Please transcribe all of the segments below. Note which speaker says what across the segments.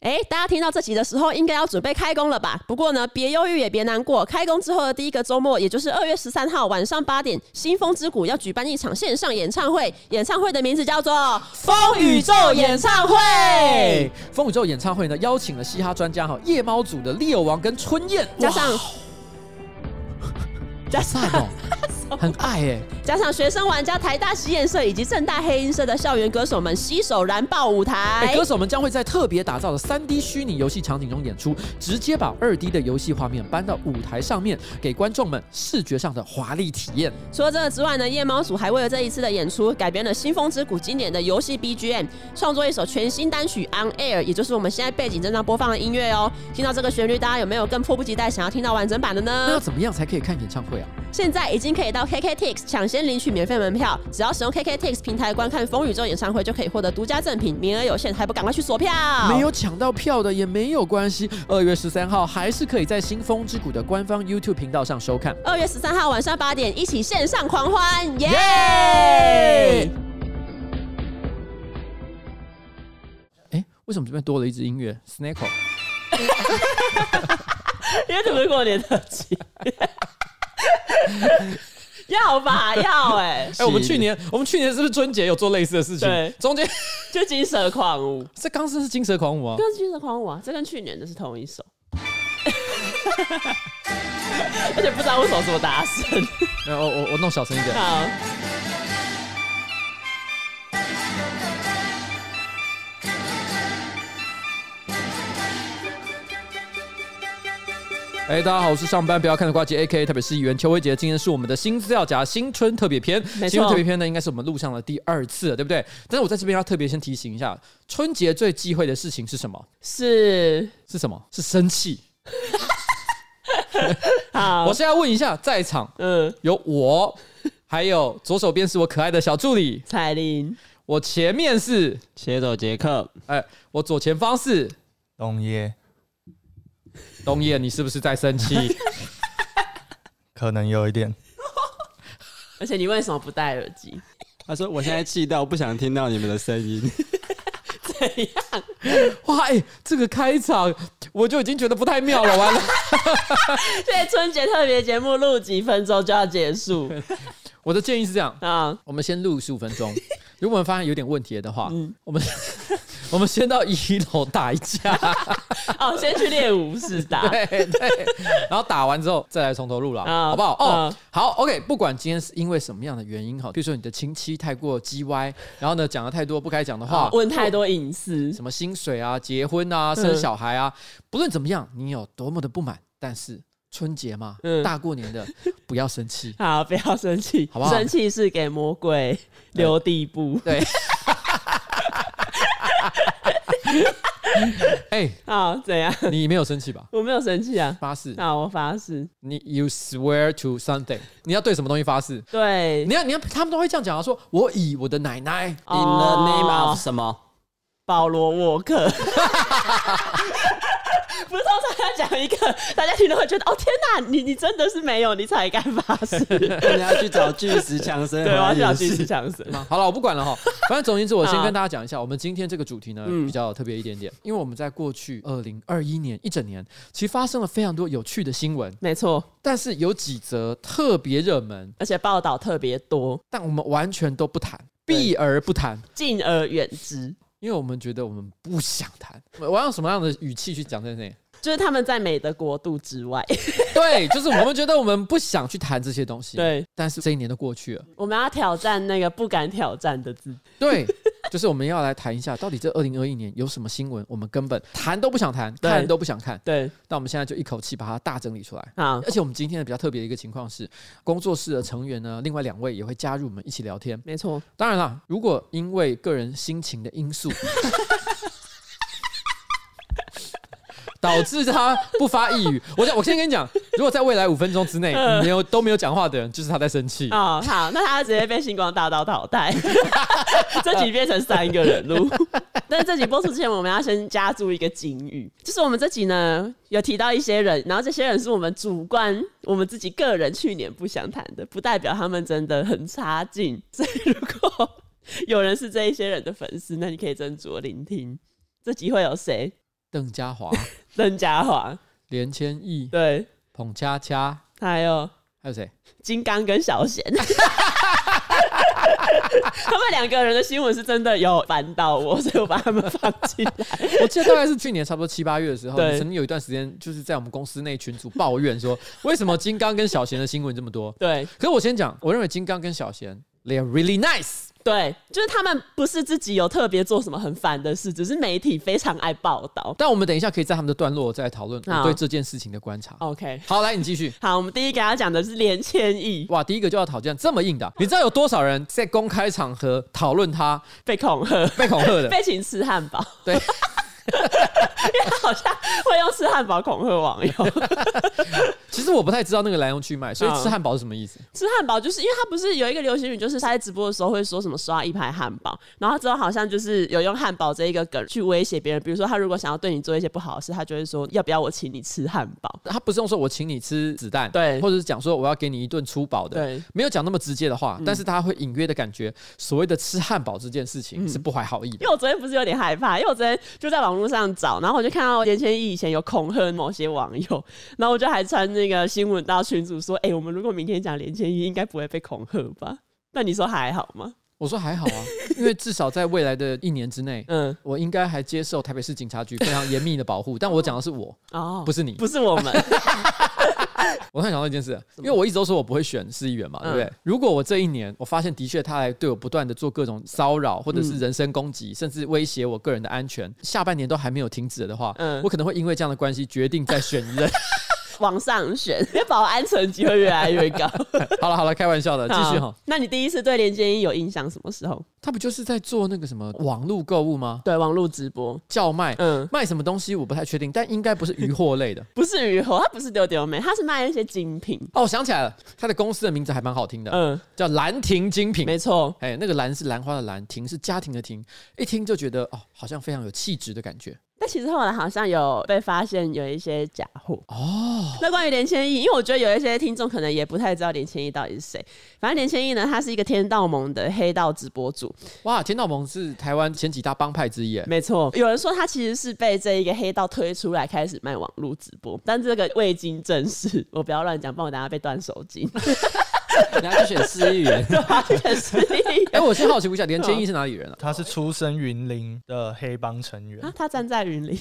Speaker 1: 哎，大家听到这集的时候，应该要准备开工了吧？不过呢，别忧郁也别难过，开工之后的第一个周末，也就是二月十三号晚上八点，新风之谷要举办一场线上演唱会，演唱会的名字叫做《
Speaker 2: 风宇宙演唱会
Speaker 1: 会
Speaker 2: 风宇宙演唱会呢，邀请了嘻哈专家哈夜猫组的利友王跟春燕，
Speaker 1: 加上
Speaker 2: 加上哦， 很爱哎，
Speaker 1: 加上学生玩家、台大实验社以及正大黑音社的校园歌手们携手燃爆舞台
Speaker 2: 哎，。歌手们将会在特别打造的 3D 虚拟游戏场景中演出，直接把 2D 的游戏画面搬到舞台上面，给观众们视觉上的华丽体验。
Speaker 1: 除了这个之外呢，夜猫组还为了这一次的演出改编了《新风之谷》经典的游戏 BGM，创作一首全新单曲《On Air》，也就是我们现在背景正在播放的音乐哦。听到这个旋律，大家有没有更迫不及待想要听到完整版的
Speaker 2: 那要
Speaker 1: 呢？
Speaker 2: 怎么样才可以看演唱会啊？
Speaker 1: 现在已经可以到 KKTix 抢先领取免费门票，只要使用 KKTix 平台观看风宇宙演唱会，就可以获得独家赠品，名额有限，还不赶快去索票？
Speaker 2: 没有抢到票的也没有关系，二月十三号还是可以在新风之谷的官方 YouTube 频道上收看。
Speaker 1: 二月十三号晚上八点，一起线上狂欢，耶、
Speaker 2: 哎，为什么这边多了一支音乐 Snackle？
Speaker 1: 因为这不是过年特辑，要吧要哎、
Speaker 2: 哎，我们去年我们去年是不是春节有做类似的事情？
Speaker 1: 对
Speaker 2: 中间
Speaker 1: 就金蛇狂舞，
Speaker 2: 这刚是是金蛇狂舞啊
Speaker 1: 跟金蛇狂舞啊，这跟去年的是同一首， 而且不知道为什么这么大声。
Speaker 2: 没有，我我我弄小声一点。
Speaker 1: 好，
Speaker 2: 哎、大家好，我是上班不要看的瓜姐 A K，特别是议员邱威杰。今天是我们的新资料夹新春特别篇，
Speaker 1: 没错
Speaker 2: 新春特别篇呢，应该是我们录上的第二次了，对不对？但是我在这边要特别先提醒一下，春节最忌讳的事情是什么？
Speaker 1: 是
Speaker 2: 是什么？是生气。
Speaker 1: 好啊
Speaker 2: 我，现在问一下，在场
Speaker 1: 嗯，
Speaker 2: 有我，还有左手边是我可爱的小助理，
Speaker 1: 彩铃，
Speaker 2: 我前面是，
Speaker 3: 切走杰克，
Speaker 2: 哎、我左前方是
Speaker 3: 东耶
Speaker 2: 东野，你是不是在生气？
Speaker 4: 可能有一点。
Speaker 1: 而且你为什么不戴耳机？
Speaker 3: 他说我现在气到不想听到你们的声 音，
Speaker 1: 怎样？
Speaker 2: 哇，哎、这个开场我就已经觉得不太妙了，完了。
Speaker 1: 所以春节特别节目录几分钟就要结束
Speaker 2: 我的建议是这样，
Speaker 1: 啊？
Speaker 2: 我们先录十五分 钟，如果我们发现有点问题的话，
Speaker 3: 嗯
Speaker 2: 我们 我们先到一楼打一架，
Speaker 1: 哦，先去练武是打。
Speaker 2: 对对，然后打完之后再来从头录了，
Speaker 1: 啊
Speaker 2: 好不好？哦
Speaker 1: 啊，
Speaker 2: 好，OK。不管今天是因为什么样的原因哈，比如说你的亲戚太过叽歪，然后呢讲了太多不该讲的话
Speaker 3: 啊
Speaker 1: 哦，问太多隐私，
Speaker 2: 什么薪水啊、结婚
Speaker 1: 嗯
Speaker 2: 啊、生小孩啊，不论怎么样，你有多么的不满，但是春节嘛，
Speaker 1: 嗯，
Speaker 2: 大过年的不要生气
Speaker 1: 好，不要生气，
Speaker 2: 好不好
Speaker 1: 生气是给魔鬼留地步。
Speaker 2: 对。 哎、
Speaker 1: 好，怎样？
Speaker 2: 你没有生气吧？
Speaker 1: 我没有生气啊。
Speaker 2: 发誓，
Speaker 1: 那我发誓，
Speaker 2: 你 you swear to something，你要对什么东西发誓？
Speaker 1: 对
Speaker 2: 你，要你要，他们都会这样讲啊，说我以我的奶奶，
Speaker 1: 哦
Speaker 3: In the name of 什么？
Speaker 1: 保罗沃克。 不是通常要讲一个，大家听都会觉得哦，天哪，你你真的是没有，你才敢发 誓。
Speaker 3: 你要去找巨石强森，
Speaker 1: 对，我要讲
Speaker 3: 演
Speaker 1: 巨
Speaker 3: 示
Speaker 1: 石强森。
Speaker 2: 好了，我不管了哈。反正总而言之，我先
Speaker 1: 好
Speaker 2: 跟大家讲一
Speaker 1: 啊
Speaker 2: 下，我们今天这个主题呢
Speaker 1: 嗯
Speaker 2: 比较特别一点点，因为我们在过去二零二一年一整年，其实发生了非常多有趣的新闻，
Speaker 1: 没错，
Speaker 2: 但是有几则特别热门，
Speaker 1: 而且报道特别多，
Speaker 2: 但我们完全都不谈，避而不谈。
Speaker 1: 敬而远之。
Speaker 2: 因为我们觉得我们不想谈，我要用什么样的语气去讲这件事情？
Speaker 1: 就是他们在美的国度之外，
Speaker 2: 对，就是我们觉得我们不想去谈这些东西。
Speaker 1: 对，
Speaker 2: 但是这一年都过去了，
Speaker 1: 我们要挑战那个不敢挑战的自己。
Speaker 2: 对，就是我们要来谈一下，到底这二零二一年有什么新闻，我们根本谈都不想谈，
Speaker 1: 对
Speaker 2: 看都不想看。
Speaker 1: 对，
Speaker 2: 那我们现在就一口气把它大整理出来。
Speaker 1: 好，
Speaker 2: 而且我们今天的比较特别的一个情况是，工作室的成员呢，另外两位也会加入我们一起聊天。
Speaker 1: 没错，
Speaker 2: 当然啦，如果因为个人心情的因素，导致他不发一语，我讲，我先跟你讲，如果在未来五分钟之内
Speaker 1: 嗯
Speaker 2: 没有都没有讲话的人，就是他在生气。
Speaker 1: 哦，好，那他直接被星光大道淘汰， 这集变成三个人录。 但是这集播出之前，我们要先加注一个警语，就是我们这集呢有提到一些人，然后这些人是我们主观，我们自己个人去年不想谈的，不代表他们真的很差劲。所以如果有人是这一些人的粉丝，那你可以斟酌聆听。这集会有谁？
Speaker 2: 邓家华、
Speaker 1: 邓家华，
Speaker 2: 连千亿、
Speaker 1: 对，
Speaker 2: 彭恰恰，
Speaker 1: 还有
Speaker 2: 还有谁？
Speaker 1: 金刚跟小贤。 他们两个人的新闻是真的有烦到我，所以我把他们放进来。
Speaker 2: 我记得大概是去年差不多七八月的时候，
Speaker 1: 对
Speaker 2: 你曾经有一段时间就是在我们公司内群组抱怨说，为什么金刚跟小贤的新闻这么多？
Speaker 1: 对
Speaker 2: 可是我先讲，我认为金刚跟小贤，they are really nice。
Speaker 1: 对，就是他们不是自己有特别做什么很烦的事，只是媒体非常爱报道。
Speaker 2: 但我们等一下可以在他们的段落再讨论我
Speaker 1: 好
Speaker 2: 对这件事情的观察。
Speaker 1: OK，
Speaker 2: 好，来你继续。
Speaker 1: 好，我们第一个要讲的是连千亿
Speaker 2: 哇，第一个就要讨论这么硬的啊，你知道有多少人在公开场合讨论他
Speaker 1: 被恐吓，
Speaker 2: 被恐吓的？
Speaker 1: 被请吃汉堡，
Speaker 2: 对，
Speaker 1: 因为他好像会用吃汉堡恐吓网友。
Speaker 2: 其实我不太知道那个来龙去脉，所以
Speaker 1: 嗯
Speaker 2: 吃汉堡是什么意思？
Speaker 1: 吃汉堡就是因为他不是有一个流行语，就是他在直播的时候会说什么刷一排汉堡，然后他之后好像就是有用汉堡这一个梗去威胁别人，比如说他如果想要对你做一些不好的事，他就会说要不要我请你吃汉堡？
Speaker 2: 他不是用说我请你吃子弹，
Speaker 1: 对
Speaker 2: 或者是讲说我要给你一顿粗饱的，
Speaker 1: 对
Speaker 2: 没有讲那么直接的
Speaker 1: 嗯
Speaker 2: 话，但是他会隐约的感觉，所谓的吃汉堡这件事情是不怀好意的
Speaker 1: 因。为我昨天不嗯是有点害怕，因为我昨天就在网络上找，然后我就看到连千亿以前有恐吓某些网友，然后我就还传那个新闻到群组说，哎、我们如果明天讲连千亿，应该不会被恐吓吧？那你说还好吗？
Speaker 2: 我说还好啊， 因为至少在未来的一年之内，
Speaker 1: 嗯，
Speaker 2: 我应该还接受台北市警察局非常严密的保 护。但我讲的是我，
Speaker 1: 哦，
Speaker 2: 不是你。
Speaker 1: 不是我们，
Speaker 2: 我突然想到一件事，因为我一直都说我不会选市议员嘛，对
Speaker 1: 嗯
Speaker 2: 不对？如果我这一年我发现的确他来对我不断的做各种骚扰，或者
Speaker 1: 嗯
Speaker 2: 是人身攻击，甚至威胁我个人的安全，下半年都还没有停止的话，
Speaker 1: 嗯
Speaker 2: 我可能会因为这样的关系决定再选一任。
Speaker 1: 往上选，因为保安层级会越来越高。
Speaker 2: 好了好了，开玩笑的，继续哈
Speaker 1: 好。那你第一次对连接音有印象什么时候？
Speaker 2: 他不就是在做那个什么网络购物吗？
Speaker 1: 对，网络直播，
Speaker 2: 叫卖。
Speaker 1: 嗯，
Speaker 2: 卖什么东西我不太确定，但应该不是鱼货 类的。
Speaker 1: 不是鱼猴，它不是丢丢妹，它是卖一些精品。
Speaker 2: 哦，我想起来了，他的公司的名字还蛮好听的，
Speaker 1: 嗯，
Speaker 2: 叫兰亭精品。
Speaker 1: 没错，
Speaker 2: 哎，那个兰是兰花的兰，亭是家庭的亭，一听就觉得哦，好像非常有气质的感觉。
Speaker 1: 但其实后来好像有被发现有一些假货。
Speaker 2: 哦，
Speaker 1: 那关于连千亿，因为我觉得有一些听众可能也不太知道连千亿到底是谁。反正连千亿呢，他是一个天道盟的黑道直播主，
Speaker 2: 哇，天道盟是台湾前几大帮派之一耶。
Speaker 1: 没错，有人说他其实是被这一个黑道推出来开始卖网络直播，但这个未经证实，我不要乱讲，不然我等下被断手 筋。
Speaker 3: 人家去选市议员，
Speaker 1: 确实，
Speaker 2: 哎，我先好奇一下，连千亿是哪里人啊？
Speaker 4: 他是出生云林的黑帮成员
Speaker 1: 啊，，他站在云林，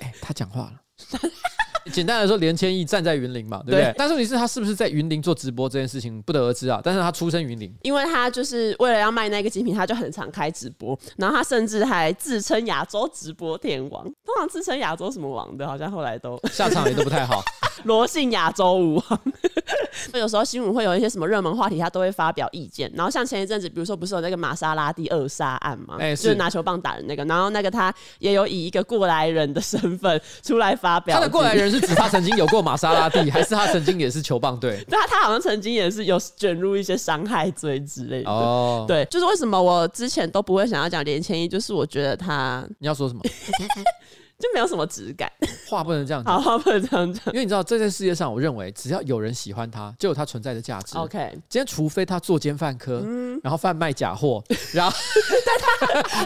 Speaker 2: 哎，他讲话了。 简单来说，连千亿站在云林嘛，对不对？
Speaker 1: 对
Speaker 2: 但是问题是，他是不是在云林做直播这件事情不得而知啊。但是他出生云林，
Speaker 1: 因为他就是为了要卖那个精品，他就很常开直播，然后他甚至还自称亚洲直播天王，通常自称亚洲什么王的，好像后来都
Speaker 2: 下场也都不太好。
Speaker 1: 罗姓亚洲舞王。 有时候新闻会有一些什么热门话题，他都会发表意见。然后像前一阵子，比如说不是有那个玛莎拉蒂扼杀案嘛，
Speaker 2: 哎
Speaker 1: 就是是拿球棒打人那个，然后那个他也有以一个过来人的身份出来发表，
Speaker 2: 他的过来。人是指他曾经有过玛莎拉蒂，还是他曾经也是球棒队？
Speaker 1: 对他，他好像曾经也是有卷入一些伤害罪之类的。
Speaker 2: 哦，，
Speaker 1: 对，就是为什么我之前都不会想要讲连千一，就是我觉得他
Speaker 2: 你 要说什么？
Speaker 1: 就没有什么质感。
Speaker 2: 话不能这样讲，
Speaker 1: 好，不能这样讲。
Speaker 2: 因为你知道，这在世界上，我认为只要有人喜欢他，就有他存在的价值。
Speaker 1: OK，嗯
Speaker 2: 今天除非他作奸犯科，然后贩卖 假货，然后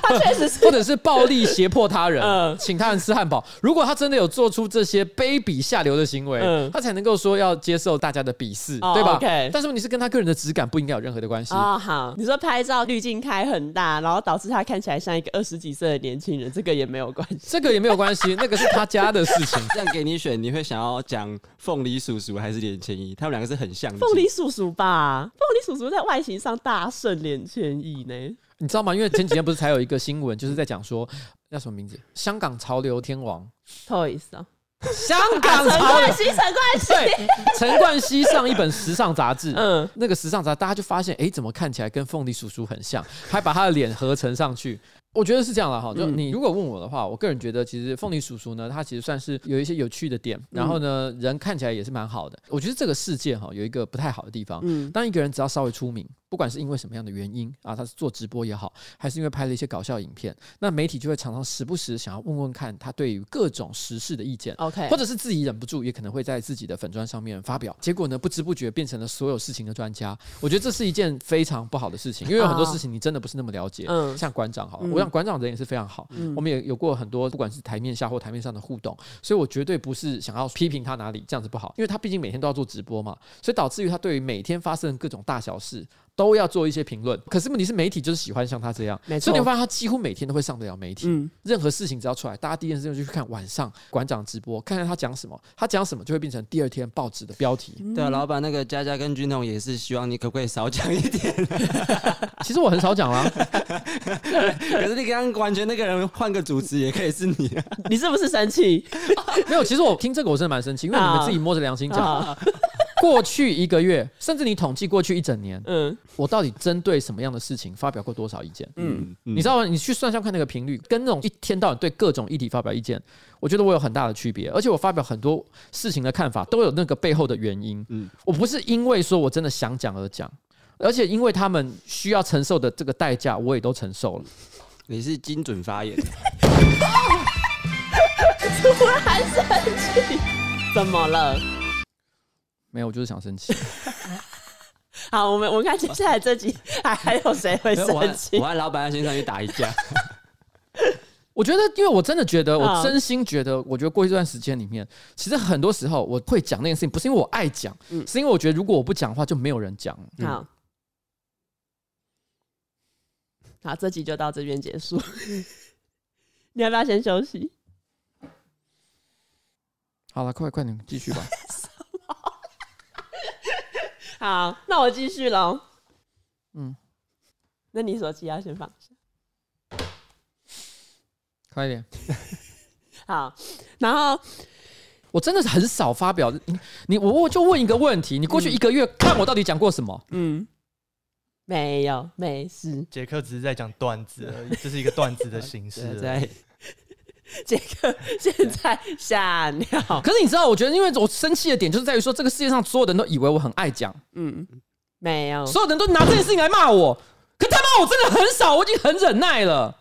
Speaker 1: 他 确实是
Speaker 2: 或者是暴力胁迫他人，
Speaker 1: 嗯
Speaker 2: 请他人吃汉堡。如果他真的有做出这些卑鄙下流的行为，
Speaker 1: 嗯
Speaker 2: 他才能够说要接受大家的鄙视，
Speaker 1: 哦
Speaker 2: 对吧
Speaker 1: OK
Speaker 2: 但是问题是跟他个人的质感不应该有任何的关系。
Speaker 1: 哦，好，你说拍照滤镜开很大，然后导致他看起来像一个二十几岁的年轻人，这个也没有关系。
Speaker 2: 这个也没有关系，那个是他家的事情。
Speaker 3: 这样给你选，你会想要讲凤梨叔叔还是连千一？他们两个是很像的。
Speaker 1: 凤梨叔叔吧，凤梨叔叔在外形上大胜连千亿呢。
Speaker 2: 你知道吗？因为前几天不是才有一个新闻，就是在讲说叫什么名字？香港潮流天王，
Speaker 1: Toys 啊，
Speaker 2: 香港
Speaker 1: 陈
Speaker 2: 潮流
Speaker 1: 冠希，陈冠希，
Speaker 2: 对，陈冠希上一本时尚杂志，
Speaker 1: 嗯，
Speaker 2: 那个时尚杂志大家就发现，哎、怎么看起来跟凤梨叔叔很像， 还把他的脸合成上去。我觉得是这样了哈，就
Speaker 1: 嗯
Speaker 2: 你如果问我的话，我个人觉得其实凤梨叔叔呢，他其实算是有一些有趣的
Speaker 1: 嗯
Speaker 2: 点，然后呢，人看起来也是蛮好的。我觉得这个世界哈有一个不太好的地方，
Speaker 1: 嗯
Speaker 2: 当一个人只要稍微出名，不管是因为什么样的原因啊，他是做直播也好，还是因为拍了一些搞笑影片，那媒体就会常常时不时想要问问看他对于各种时事的意见。
Speaker 1: OK，
Speaker 2: 或者是自己忍不住，也可能会在自己的粉砖上面发表。结果呢，不知不觉变成了所有事情的专家。我觉得这是一件非常不好的事情，因为有很多事情你真的不是那么了解。
Speaker 1: 嗯
Speaker 2: 像馆长好了，
Speaker 1: 嗯
Speaker 2: 我想馆长人也是非常好，
Speaker 1: 嗯
Speaker 2: 我们也有过很多不管是台面下或台面上的互动，所以我绝对不是想要批评他哪里这样子不好，因为他毕竟每天都要做直播嘛，所以导致于他对于每天发生的各种大小事都要做一些评论。可是问题是媒体就是喜欢像他这样，
Speaker 1: 没错
Speaker 2: 所以你会发现他几乎每天都会上得了媒体。
Speaker 1: 嗯，
Speaker 2: 任何事情只要出来，大家第一件事就去看晚上馆长直播，看看他讲什么，他讲什么就会变成第二天报纸的标题。
Speaker 3: 对啊，老板那个佳佳跟军统也是希望你可不可以少讲一点，
Speaker 2: 其实我很少讲啦，
Speaker 3: 可是你刚刚完全那个人换个主持也可以是你、啊，
Speaker 1: 你是不是生气？
Speaker 2: 没有。其实我听这个我真的蛮生气，因为你们自己摸着良心讲，
Speaker 1: 啊，
Speaker 2: 过去一个月，甚至你统计过去一整年，
Speaker 1: 嗯，
Speaker 2: 我到底针对什么样的事情发表过多少意见？
Speaker 3: 嗯，
Speaker 2: 你知道吗？你去算算看那个频率，跟那种一天到晚对各种议题发表意见，我觉得我有很大的区别。而且我发表很多事情的看法，都有那个背后的原因。嗯
Speaker 3: 嗯，
Speaker 2: 我不是因为说我真的想讲而讲，而且因为他们需要承受的这个代价，我也都承 受了。
Speaker 3: 你是精准发 言，
Speaker 1: 突然生气，怎么了？
Speaker 2: 没有，我就是想生气。
Speaker 1: 好，我们我们看接下来这集还还有谁会
Speaker 3: 我和
Speaker 1: 生气
Speaker 3: 我？和老板要先上去打一 架，
Speaker 2: 我觉得，因为我真的觉得，我
Speaker 1: 嗯
Speaker 2: 真心觉得，我觉得过一段时间里面，其实很多时候我会讲那件事情，不是因为我爱讲，
Speaker 1: 嗯
Speaker 2: 是因为我觉得如果我不讲的话，就没有人讲了。
Speaker 1: 好。 好，这集就到这边结束。 你要不要先休息？
Speaker 2: 好了，快快点继 续吧。
Speaker 1: 好，那我继续喽。嗯
Speaker 2: 嗯，
Speaker 1: 那你手机要先放下。
Speaker 2: 快一点！
Speaker 1: 好，然后
Speaker 2: 我真的是很少发表。你你我我就问一个问题：你过去一个月看我到底讲过什么？
Speaker 1: 嗯，没有，没事。
Speaker 4: 杰克只是在讲段子而已，这是一个段子的形式 而已。
Speaker 3: 在
Speaker 1: 杰克现在吓尿，
Speaker 2: 可是你知道，我觉得因为我生气的点就是在于说，这个世界上所有的人都以为我很爱讲，
Speaker 1: 嗯，没有。
Speaker 2: 所有人都拿这件事情来骂我。可他妈，我真的很少，我已经很忍耐了。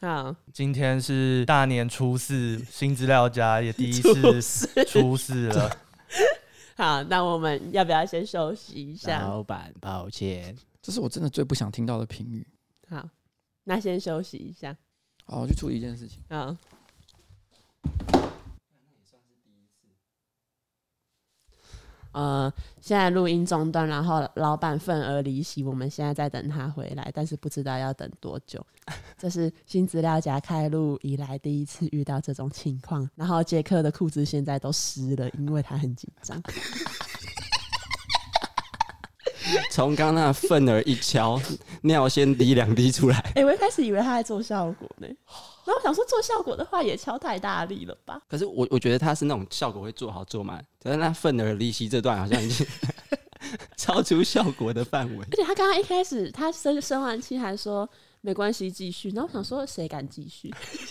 Speaker 1: 好，
Speaker 4: 今天是大年初四，新资料夹也第 一
Speaker 1: 初
Speaker 4: 次出事了。
Speaker 1: 好，那我们要不要先休息一下？
Speaker 3: 老板抱歉，
Speaker 2: 这是我真的最不想听到的评语。
Speaker 1: 好，那先休息一下。
Speaker 2: 好，我去处理一件事情。
Speaker 1: 好，呃，现在录音中断，然后老板愤而离席，我们现在在等他回来，但是不知道要等多久。这是新资料夹开录以来第一次遇到这种情况，然后杰克的裤子现在都湿了，因为他很紧张。
Speaker 3: 从刚那愤而一敲， 尿先滴两滴出来。
Speaker 1: 哎、我一开始以为他在做效果呢，然后我想说做效果的话也敲太大力了吧？
Speaker 3: 可是我我觉得他是那种效果会做好做满，可是那愤而离席这段好像已经 超出效果的范围。
Speaker 1: 而且他刚刚一开始他生生完气还说没关系继续，然后我想说谁敢继续？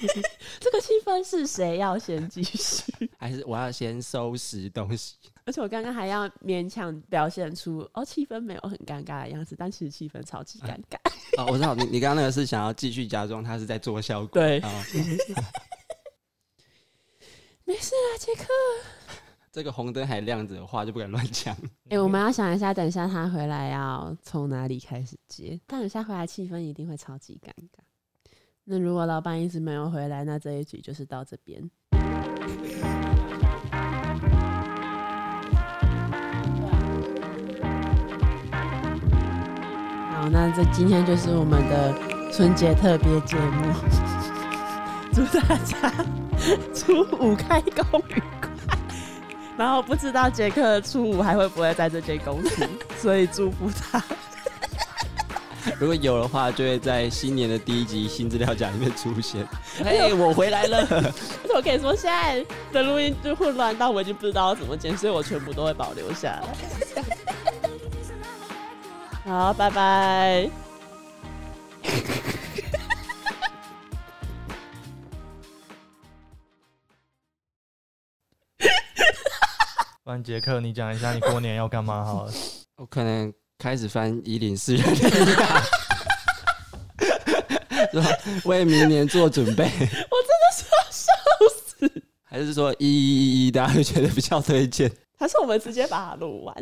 Speaker 1: 这个气氛是谁要先继续？
Speaker 3: 还是我要先收拾东西。
Speaker 1: 而且我刚刚还要勉强表现出哦气氛没有很尴尬的样子，但其实气氛超级尴尬。
Speaker 3: 哦，我知道你你刚刚那个是想要继续假装他是在做效果。
Speaker 1: 对
Speaker 3: 啊、
Speaker 1: 没事啦，杰克。
Speaker 3: 这个红灯还亮着的话就不敢乱讲。
Speaker 1: 哎、我们要想一下，等一下他回来要从哪里开始接？但等一下回来气氛一定会超级尴尬。那如果老板一直没有回来，那这一局就是到这边。好，那这今天就是我们的春节特别节目， 祝大家 初五开工愉快。然后不知道杰克初五还会不会在这间公司，所以祝福他。
Speaker 3: 如果有的话，就会在新年的第一集新资料夹里面出现。嘿， 我回来了。
Speaker 1: 而且我跟你说，现在的录音就混乱到我已经不知道要怎么剪，所以我全部都会保留下来。 好，拜拜。
Speaker 4: 不然杰克，你讲一下你过年要干嘛好了？
Speaker 3: 我可能开始翻一零四人力 银行是吧？为明年做准备，还是说一一一一大家会觉得比较推荐？
Speaker 1: 还是我们直接把它录完？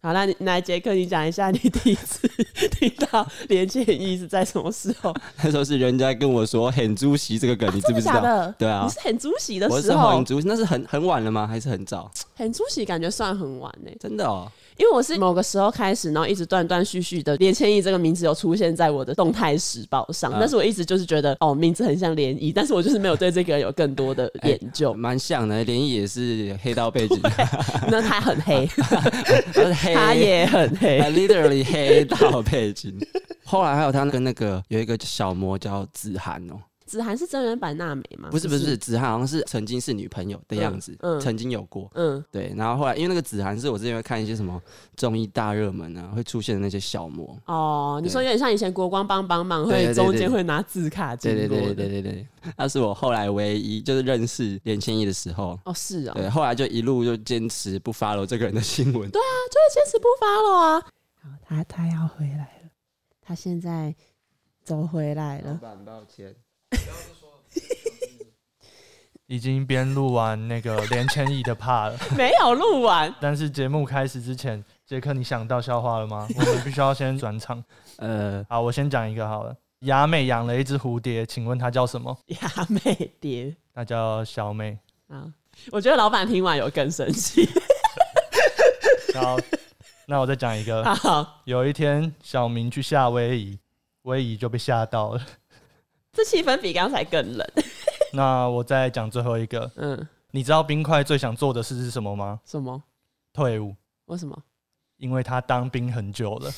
Speaker 1: 好，那你来杰克，你讲一下你第一次听到连建议是在什么时候？
Speaker 3: 那时候是人家跟我说很猪席这个梗，你知
Speaker 1: 真的
Speaker 3: 不知
Speaker 1: 假
Speaker 3: 道？
Speaker 1: 的？
Speaker 3: 对啊
Speaker 1: 你是很出席的
Speaker 3: 我
Speaker 1: 时
Speaker 3: 是很
Speaker 1: 候，
Speaker 3: 猪，那是很很晚了吗？还是很早？
Speaker 1: 很出席感觉算很晚欸呢、
Speaker 3: 真的哦，
Speaker 1: 因为我是某个时候开始，然后一直断断续续的，连千亿这个名字有出现在我的动态时报上，
Speaker 3: 嗯
Speaker 1: 但是我一直就是觉得哦，名字很像涟漪，但是我就是没有对这个人有更多的研 究，
Speaker 3: 蛮像的。连毅也是黑道背景，
Speaker 1: 那他很黑，
Speaker 3: 他是 黑
Speaker 1: 他也很黑
Speaker 3: 他 literally 黑道背景。后来还有他跟那个有一个小魔叫子涵哦，
Speaker 1: 子涵是真人版娜美吗？
Speaker 3: 不是不是，，子涵好像是曾经是女朋友的样子，
Speaker 1: 啊嗯嗯
Speaker 3: 曾经有过。
Speaker 1: 嗯，
Speaker 3: 对，然后后来因为那个子涵是我之前会看一些什么综艺大热门啊，会出现的那些小魔。
Speaker 1: 哦，你
Speaker 3: 对
Speaker 1: 说有点像以前国光帮帮忙，
Speaker 3: 对
Speaker 1: 会
Speaker 3: 对对
Speaker 1: 中间
Speaker 3: 对
Speaker 1: 会拿字卡经
Speaker 3: 对对
Speaker 1: 过
Speaker 3: 对
Speaker 1: 的，
Speaker 3: 对对对对，那是我后来唯一就是认识连千亿的时候。
Speaker 1: 哦是哦，
Speaker 3: 对，后啊来就一路就坚持不 follow 这个人的新闻。
Speaker 1: 啊
Speaker 3: 对，
Speaker 1: 坚持不发了啊。好，他他要回来了，他现在走回来了。
Speaker 3: 板抱歉，
Speaker 4: 已经边录完那个连千亿的 part 了，
Speaker 1: 没有录完，
Speaker 4: 但是节目开始之前，杰克，你想到笑话了吗？ 我们必须要先转场。
Speaker 3: 呃，
Speaker 4: 好，我先讲一个好了。雅美养了一只蝴蝶，请问它叫什么？
Speaker 1: 雅美蝶
Speaker 4: 它叫小美。
Speaker 1: 啊！我觉得老板听完有更生 气。
Speaker 4: 好，那我再讲一个。
Speaker 1: 好，
Speaker 4: 有一天，小明去夏威夷，威夷就被吓到了。
Speaker 1: 这气氛比刚才更冷。
Speaker 4: 那我再讲最后一个，
Speaker 1: 嗯，
Speaker 4: 你知道冰块最想做的事是什么吗？
Speaker 1: 什么？
Speaker 4: 退伍，
Speaker 1: 为什么？
Speaker 4: 因为他当兵很久了。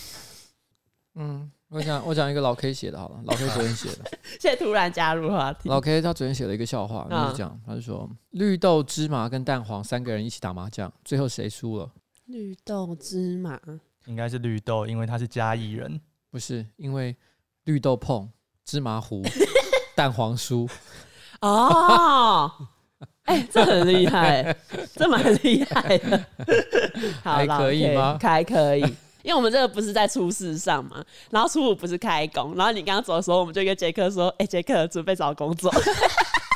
Speaker 2: 嗯，我讲我讲一个老 K 写的好了， 老 K 昨天写的。
Speaker 1: 现在突然加入话题，
Speaker 2: 老 K 他昨天写了一个笑话，就是这样，他就说绿豆、芝麻跟蛋黄三个人一起打麻将，最后谁输了？
Speaker 1: 绿豆芝麻
Speaker 4: 应该是绿豆，因为他是嘉义人。
Speaker 2: 不是因为绿豆碰芝麻 糊，蛋黄输。
Speaker 1: 哦。哎、这很厉害，这蛮厉害 的。好
Speaker 2: 还
Speaker 1: 啦
Speaker 2: 可以
Speaker 1: OK，
Speaker 2: 吗
Speaker 1: 还可以，因为我们这个不是在初四上嘛，然后初五不是开工，然后你刚刚走的时候，我们就跟杰克说：“哎、杰克，准备找工作，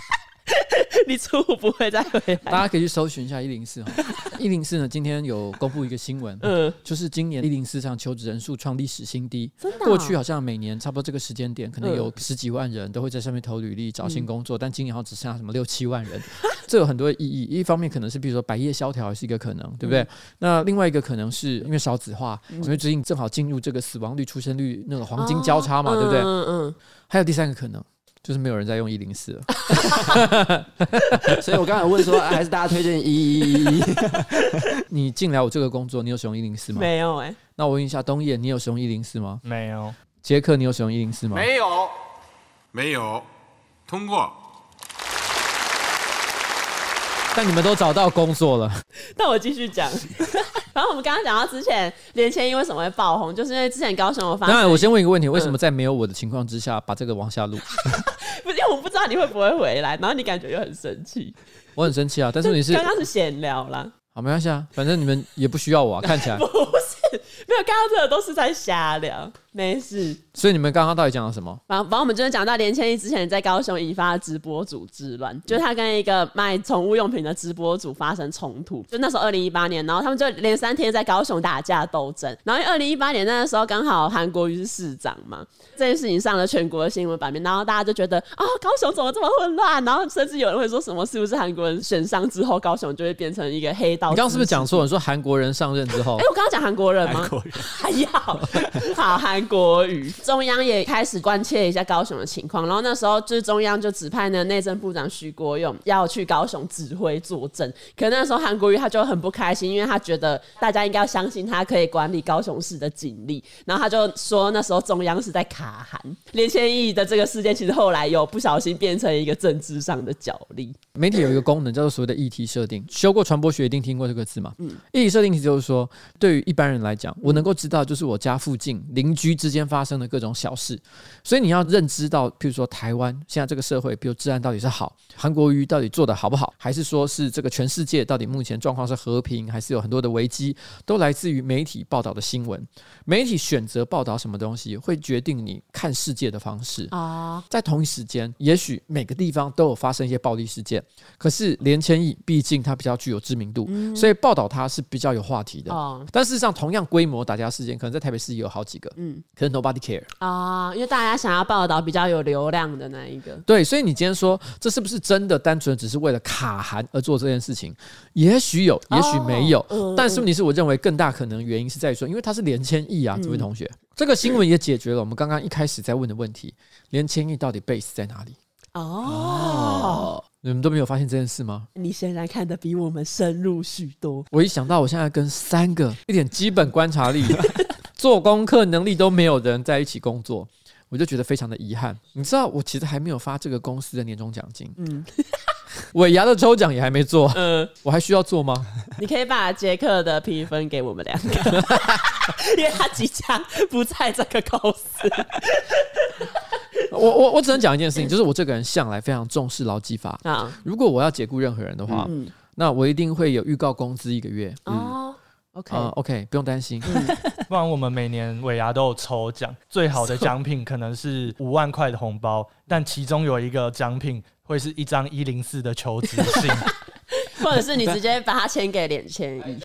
Speaker 1: 你初五不会再回
Speaker 2: 大
Speaker 1: 来。
Speaker 2: 家可以去搜寻一下一零四哈，一零四呢今天有公布一个新闻”，
Speaker 1: 嗯，
Speaker 2: 就是今年一零四上求职人数创历史新低。
Speaker 1: 真的、啊
Speaker 2: 过去好像每年差不多这个时间点，可
Speaker 1: 嗯
Speaker 2: 能有十几万人都会在上面投履历找新工作，但今年好像只剩下什么六七万人， 这有很多意义。一方面可能是比如说百业萧条也是一个可能，对不对？
Speaker 1: 嗯
Speaker 2: 那另外一个可能是因为少子化，因为最近正好进入这个死亡率、出生率那个黄金交叉嘛，
Speaker 1: 哦
Speaker 2: 对不对？
Speaker 1: 嗯嗯
Speaker 2: 还有第三个可能就是没有人在用一零四了。
Speaker 3: 所以我刚才问说，啊还是大家推荐一一 一一。
Speaker 2: 你进来我这个工作，你有使用一零四
Speaker 1: 嗯，
Speaker 2: 吗？
Speaker 1: 没有哎、
Speaker 2: 那我问一下东野，你有使用一零四吗？
Speaker 4: 没有，
Speaker 2: 杰克，你有使用一零四吗？
Speaker 5: 没有，没有，通过。
Speaker 2: 但你们都找到工作 了。
Speaker 1: 但我继续讲。 然后我们刚刚讲到之前连千一为什么会爆红，就是因为之前高雄我发
Speaker 2: 当然，
Speaker 1: 生，
Speaker 2: 我先问一个问题：为
Speaker 1: 嗯
Speaker 2: 什么在没有我的情况之下，把这个往下录？
Speaker 1: 不是因为我不知道你会不会回来，然后你感觉又很生气。
Speaker 2: 我很生气啊！但是你是
Speaker 1: 刚刚是闲聊啦，
Speaker 2: 好，没关系啊，反正你们也不需要我啊，看起来
Speaker 1: 不。是没有，刚刚这个都是在瞎聊，没事。
Speaker 2: 所以你们刚刚到底讲了什么？
Speaker 1: 反反正我们就是讲到连千亿之前在高雄引发直播主之乱，就是他跟一个卖宠物用品的直播主发生冲突，就那时候二零一八年，然后他们就连三天在高雄打架斗争，然后二零一八年那个时候刚好韩国瑜是市长嘛，这件事情上了全国的新闻版面，然后大家就觉得啊、高雄怎么这么混乱？然后甚至有人会说什么是不是韩国人选上之后，高雄就会变成一个黑道？
Speaker 2: 你刚刚是不是讲？错？你说韩国人上任之后
Speaker 1: 哎、，我刚刚讲韩国人吗？
Speaker 3: 韩国人
Speaker 1: 还要好韩国语。中央也开始关切一下高雄的情况，然后那时候就是中央就指派呢内政部长徐国勇要去高雄指挥坐镇。可那时候韩国瑜他就很不开心，因为他觉得大家应该要相信他可以管理高雄市的警力，然后他就说那时候中央是在卡韩。连千亿的这个事件，其实后来有不小心变成一个政治上的角力。
Speaker 2: 媒体有一个功能叫做所谓的议题设定。修过传播学一定听过这个字嘛？议题设定其实就是说，对于一般人来讲，我能够知道就是我家附近邻居之间发生的各种小事。所以你要认知到，譬如说台湾现在这个社会，比如治安到底是好，韩国瑜到底做的好不好，还是说是这个全世界到底目前状况是和平，还是有很多的危机，都来自于媒体报道的新闻。媒体选择报道什么东西，会决定你看世界的方式。
Speaker 1: 啊，
Speaker 2: 在同一时间，也许每个地方都有发生一些暴力事件，可是连千亿毕竟它比较具有知名度，所以报道它是比较有话题的。
Speaker 1: 嗯哦
Speaker 2: 但事实上，同样规模打架事件，可能在台北市也有好几个，
Speaker 1: 嗯
Speaker 2: 可是 nobody care。
Speaker 1: 啊，因为大家想要报道比较有流量的那一个，
Speaker 2: 对，所以你今天说这是不是真的单纯只是为了卡韩而做这件事情？也许有，也许没有。
Speaker 1: 哦嗯
Speaker 2: 但是问题是我认为更大可能原因是在于说，因为它是连千亿
Speaker 1: 嗯
Speaker 2: 啊，这位同学，这个新闻也解决了我们刚刚一开始在问的问题：连千亿到底 base 在哪里？
Speaker 1: 哦，
Speaker 2: 你们都没有发现这件事吗？
Speaker 1: 你显然看得比我们深入许多。
Speaker 2: 我一想到我现在跟三个一点基本观察力、 做功课能力都没有的人在一起工作，我就觉得非常的遗憾。你知道，我其实还没有发这个公司的年终奖金，
Speaker 1: 嗯，
Speaker 2: 尾牙的抽奖也还 没做，我还需要做吗？
Speaker 1: 你可以把杰克的评分给我们两个， 因为他即将不在这个公司。
Speaker 2: 我我我只能讲一件事情，就是我这个人向来非常重视劳基法。
Speaker 1: 啊，
Speaker 2: 如果我要解雇任何人的话，
Speaker 1: 嗯，
Speaker 2: 那我一定会有预告工资一个月。
Speaker 1: 哦，OK，嗯
Speaker 2: 啊 o k 不用担心。
Speaker 4: 不然我们每年尾牙都有抽奖，最好的奖品可能是五万块的红包，但其中有一个奖品会是一张一零四的求职信。
Speaker 1: 或者是你直接把它签给脸千亿。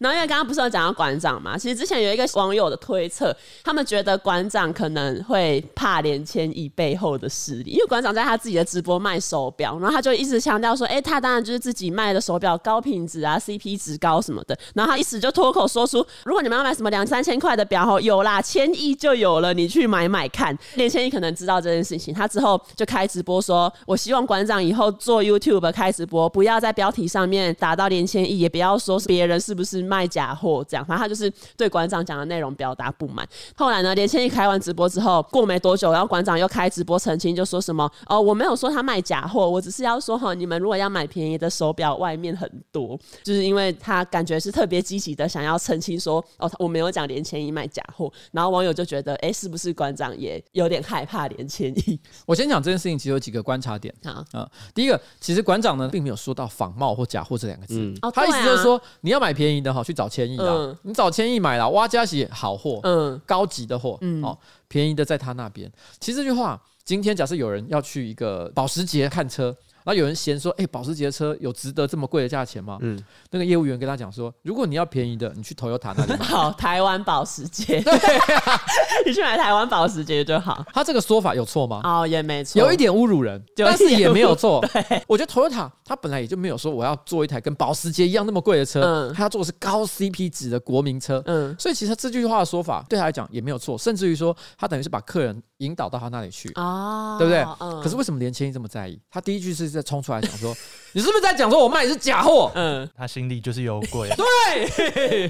Speaker 1: 然后因为刚刚不是有讲到馆长嘛，其实之前有一个网友的推测，他们觉得馆长可能会怕连千亿背后的势力，因为馆长在他自己的直播卖手表，然后他就一直强调说，哎、他当然就是自己卖的手表高品质啊，CP 值高什么的，然后他一时就脱口说出，如果你们要买什么两三千块的表，吼有啦，千亿就有了，你去买买看。连千亿可能知道这件事情，他之后就开直播说，我希望馆长以后做 YouTube 开直播，不要在标题上面打到连千亿，也不要说是别人是不是卖假货这样。反正他就是对馆长讲的内容表达不满。后来呢，连千亿开完直播之后，过没多久，然后馆长又开直播澄清，就说什么哦，我没有说他卖假货，我只是要说哈，你们如果要买便宜的手表，外面很多，就是因为他感觉是特别积极的想要澄清说哦，我没有讲连千亿卖假货。然后网友就觉得，哎、是不是馆长也有点害怕连千亿？
Speaker 2: 我先讲这件事情，其实有几个观察点
Speaker 1: 好，
Speaker 2: 啊、第一个，其实馆长呢并没有说到仿冒或假货这两个字，
Speaker 3: 嗯
Speaker 1: 哦
Speaker 2: 他意
Speaker 1: 对
Speaker 2: 思
Speaker 1: 啊
Speaker 2: 就是说你要买便宜的哈，去找千亿啦，
Speaker 1: 嗯
Speaker 2: 你找千亿买啦，挖加喜好货，
Speaker 1: 嗯
Speaker 2: 高级的货，
Speaker 1: 嗯
Speaker 2: 哦，便宜的在他那边。其实这句话，今天假设有人要去一个保时捷看车，然后有人嫌说，哎、保时捷的车有值得这么贵的价钱吗？
Speaker 3: 嗯
Speaker 2: 那个业务员跟他讲说，如果你要便宜的，你去 Toyota 那里买。
Speaker 1: 好，台湾保时捷，
Speaker 2: 对啊、
Speaker 1: 你去买台湾保时捷就好。
Speaker 2: 他这个说法有错吗？
Speaker 1: 哦，也没错，
Speaker 2: 有一点侮辱人，
Speaker 1: 有一点
Speaker 2: 但是也没有 错。我觉得 Toyota 它本来也就没有说我要做一台跟保时捷一样那么贵的车
Speaker 1: 嗯，
Speaker 2: 它要做的是高 CP 值的国民车。
Speaker 1: 嗯
Speaker 2: 所以其实这句话的说法对他来讲也没有错，甚至于说他等于是把客人引导到他那里去。
Speaker 1: 哦，
Speaker 2: 对不对？
Speaker 1: 嗯
Speaker 2: 可是为什么连千亿这么在意？他第一句是在冲出来讲说：“ 你是不是在讲说我卖的是假货
Speaker 1: 嗯，
Speaker 4: 他心里就是有鬼，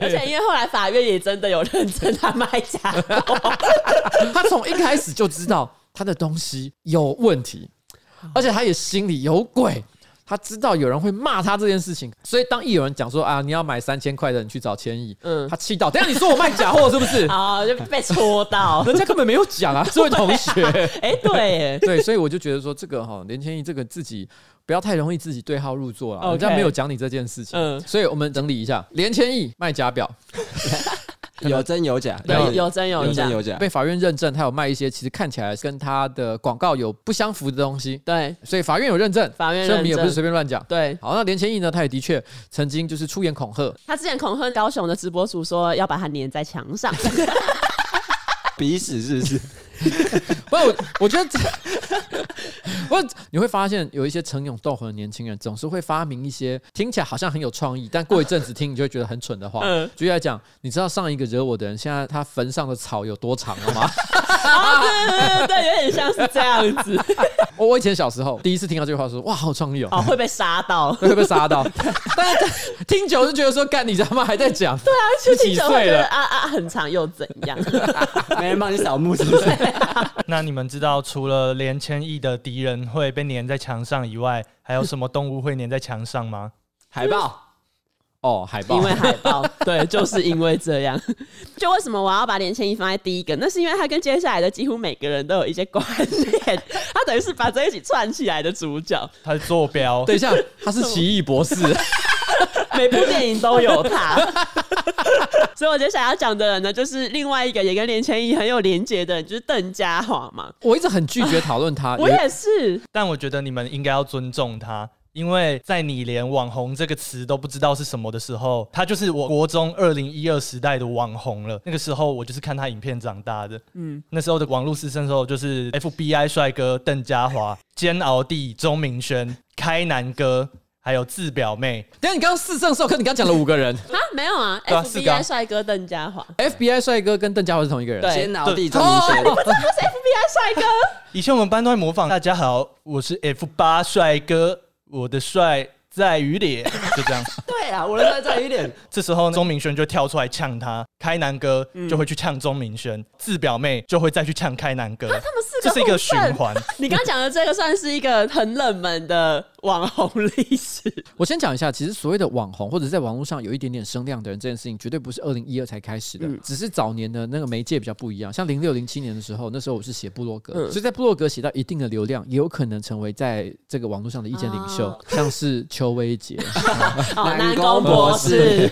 Speaker 1: 而且因为后来法院也真的有认证他卖假 货，？”
Speaker 2: 他从一开始就知道他的东西有问题，而且他也心里有鬼。他知道有人会骂他这件事情，所以当一有人讲说啊，你要买三千块的，你去找千亿，
Speaker 1: 嗯
Speaker 2: 他气到，等一下你说我卖假货是不是？
Speaker 1: 哦，就被戳 到。
Speaker 2: 人家根本没有讲啊，这位同学。
Speaker 1: 哎、对耶，
Speaker 2: 对，所以我就觉得说，这个哈连千亿这个自己不要太容易自己对号入座了，人
Speaker 1: OK
Speaker 2: 家没有讲你这件事情，
Speaker 1: 嗯
Speaker 2: 所以我们整理一下，连千亿卖假表，
Speaker 3: 有真有假，
Speaker 2: 对
Speaker 1: 有有真有
Speaker 3: 有
Speaker 1: 假
Speaker 3: 真，有假，
Speaker 2: 被法院认证，他有卖一些其实看起来跟他的广告有不相符的东西，
Speaker 1: 对
Speaker 2: 所以法院有认证，
Speaker 1: 法院
Speaker 2: 所以我们也
Speaker 1: 认
Speaker 2: 不是
Speaker 1: 证
Speaker 2: 随便乱讲。
Speaker 1: 对。
Speaker 2: 好，那连千亿呢？他也的确曾经就是出言恐吓，
Speaker 1: 他之前恐吓高雄的直播主说要把它粘在墙上，
Speaker 3: 鼻屎是不是？
Speaker 2: 不然我 我觉得这，不然你会发现有一些逞勇斗狠的年轻人，总是会发明一些听起来好像很有创意，但过一阵子听你就会觉得很蠢的话。
Speaker 1: 嗯
Speaker 2: 举例来讲，你知道上一个惹我的人，现在他坟上的草有多长了吗？
Speaker 1: 啊，对对对对，有点像是这样子，
Speaker 2: 我我以前小时候第一次听到这句话说，哇，好有创意哦。
Speaker 1: 哦，会被杀 到，
Speaker 2: 会被杀到，但是听久就觉得说，干你他妈还在讲，对啊，
Speaker 1: 就
Speaker 2: 几
Speaker 1: 听久会
Speaker 2: 岁
Speaker 1: 觉得
Speaker 2: 了？
Speaker 1: 啊啊，很长又怎样？
Speaker 3: 没人帮你扫墓是不是？
Speaker 4: 那你们知道，除了连千亿的敌人会被粘在墙上以外，还有什么动物会粘在墙上吗？
Speaker 3: 海报
Speaker 2: 哦，海 报
Speaker 1: 因为海 报，对，就是因为这样。就为什么我要把连千一放在第一个？那是因为它跟接下来的几乎每个人都有一些关联，它等于是把这一起串起来的主角。
Speaker 4: 他是坐标，
Speaker 2: 等一下，他是奇异博士，
Speaker 1: 每部电影都有他。 所以我接下来要讲的人呢，就是另外一个也跟连千一很有连结的人，就是邓家华嘛。
Speaker 2: 我一直很拒绝讨论他。
Speaker 1: 我
Speaker 2: 因为
Speaker 1: 也是，
Speaker 4: 但我觉得你们应该要尊重他，因为在你连“网红”这个词都不知道是什么的时候，他就是我国中二零一二时代的网红了。那个时候我就是看他影片长大的，嗯，那时候的网络师生时候就是 FBI 帅哥邓家华、煎熬弟钟明轩、开南哥，还有自表妹。
Speaker 2: 等一下你刚刚四胜兽，可你刚讲了五个 人
Speaker 1: 啊，没有啊
Speaker 4: 对啊是刚
Speaker 1: ，FBI 帅哥邓家华，
Speaker 2: ，FBI 帅哥跟邓家华是同一个人。
Speaker 1: 对
Speaker 3: 煎熬地
Speaker 4: 对
Speaker 3: 中明轩，
Speaker 1: 他是 FBI 帅哥，
Speaker 4: 以前我们班都会模仿“大家好，我是 F 八帅哥，我的帅在于脸”， 就这样。
Speaker 3: 对啊，我的帅在有点
Speaker 4: 这时候钟明轩就跳出来呛他，开南哥
Speaker 3: 嗯
Speaker 4: 就会去呛钟明轩，自表妹就会再去呛开南哥，
Speaker 1: 他们四
Speaker 4: 这
Speaker 1: 个
Speaker 4: 是一个
Speaker 1: 互
Speaker 4: 循
Speaker 1: 蹭
Speaker 4: 环。
Speaker 1: 哦你刚刚讲的这个算是一个很冷门的网红历史，
Speaker 2: 我先讲一下，其实所谓的网红或者在网络上有一点点声量的人，这件事情绝对不是二零一二才开始的，
Speaker 1: 嗯
Speaker 2: 只是早年的那个媒介比较不一样。像零六零七年的时候，那时候我是写部落格，
Speaker 1: 嗯
Speaker 2: 所以在部落格写到一定的流量，也有可能成为在这个网络上的意见领袖，
Speaker 1: 哦
Speaker 2: 像是邱威杰。
Speaker 1: 哦，
Speaker 3: 南
Speaker 1: 南
Speaker 3: 宫
Speaker 1: 宫
Speaker 3: 博
Speaker 1: 博士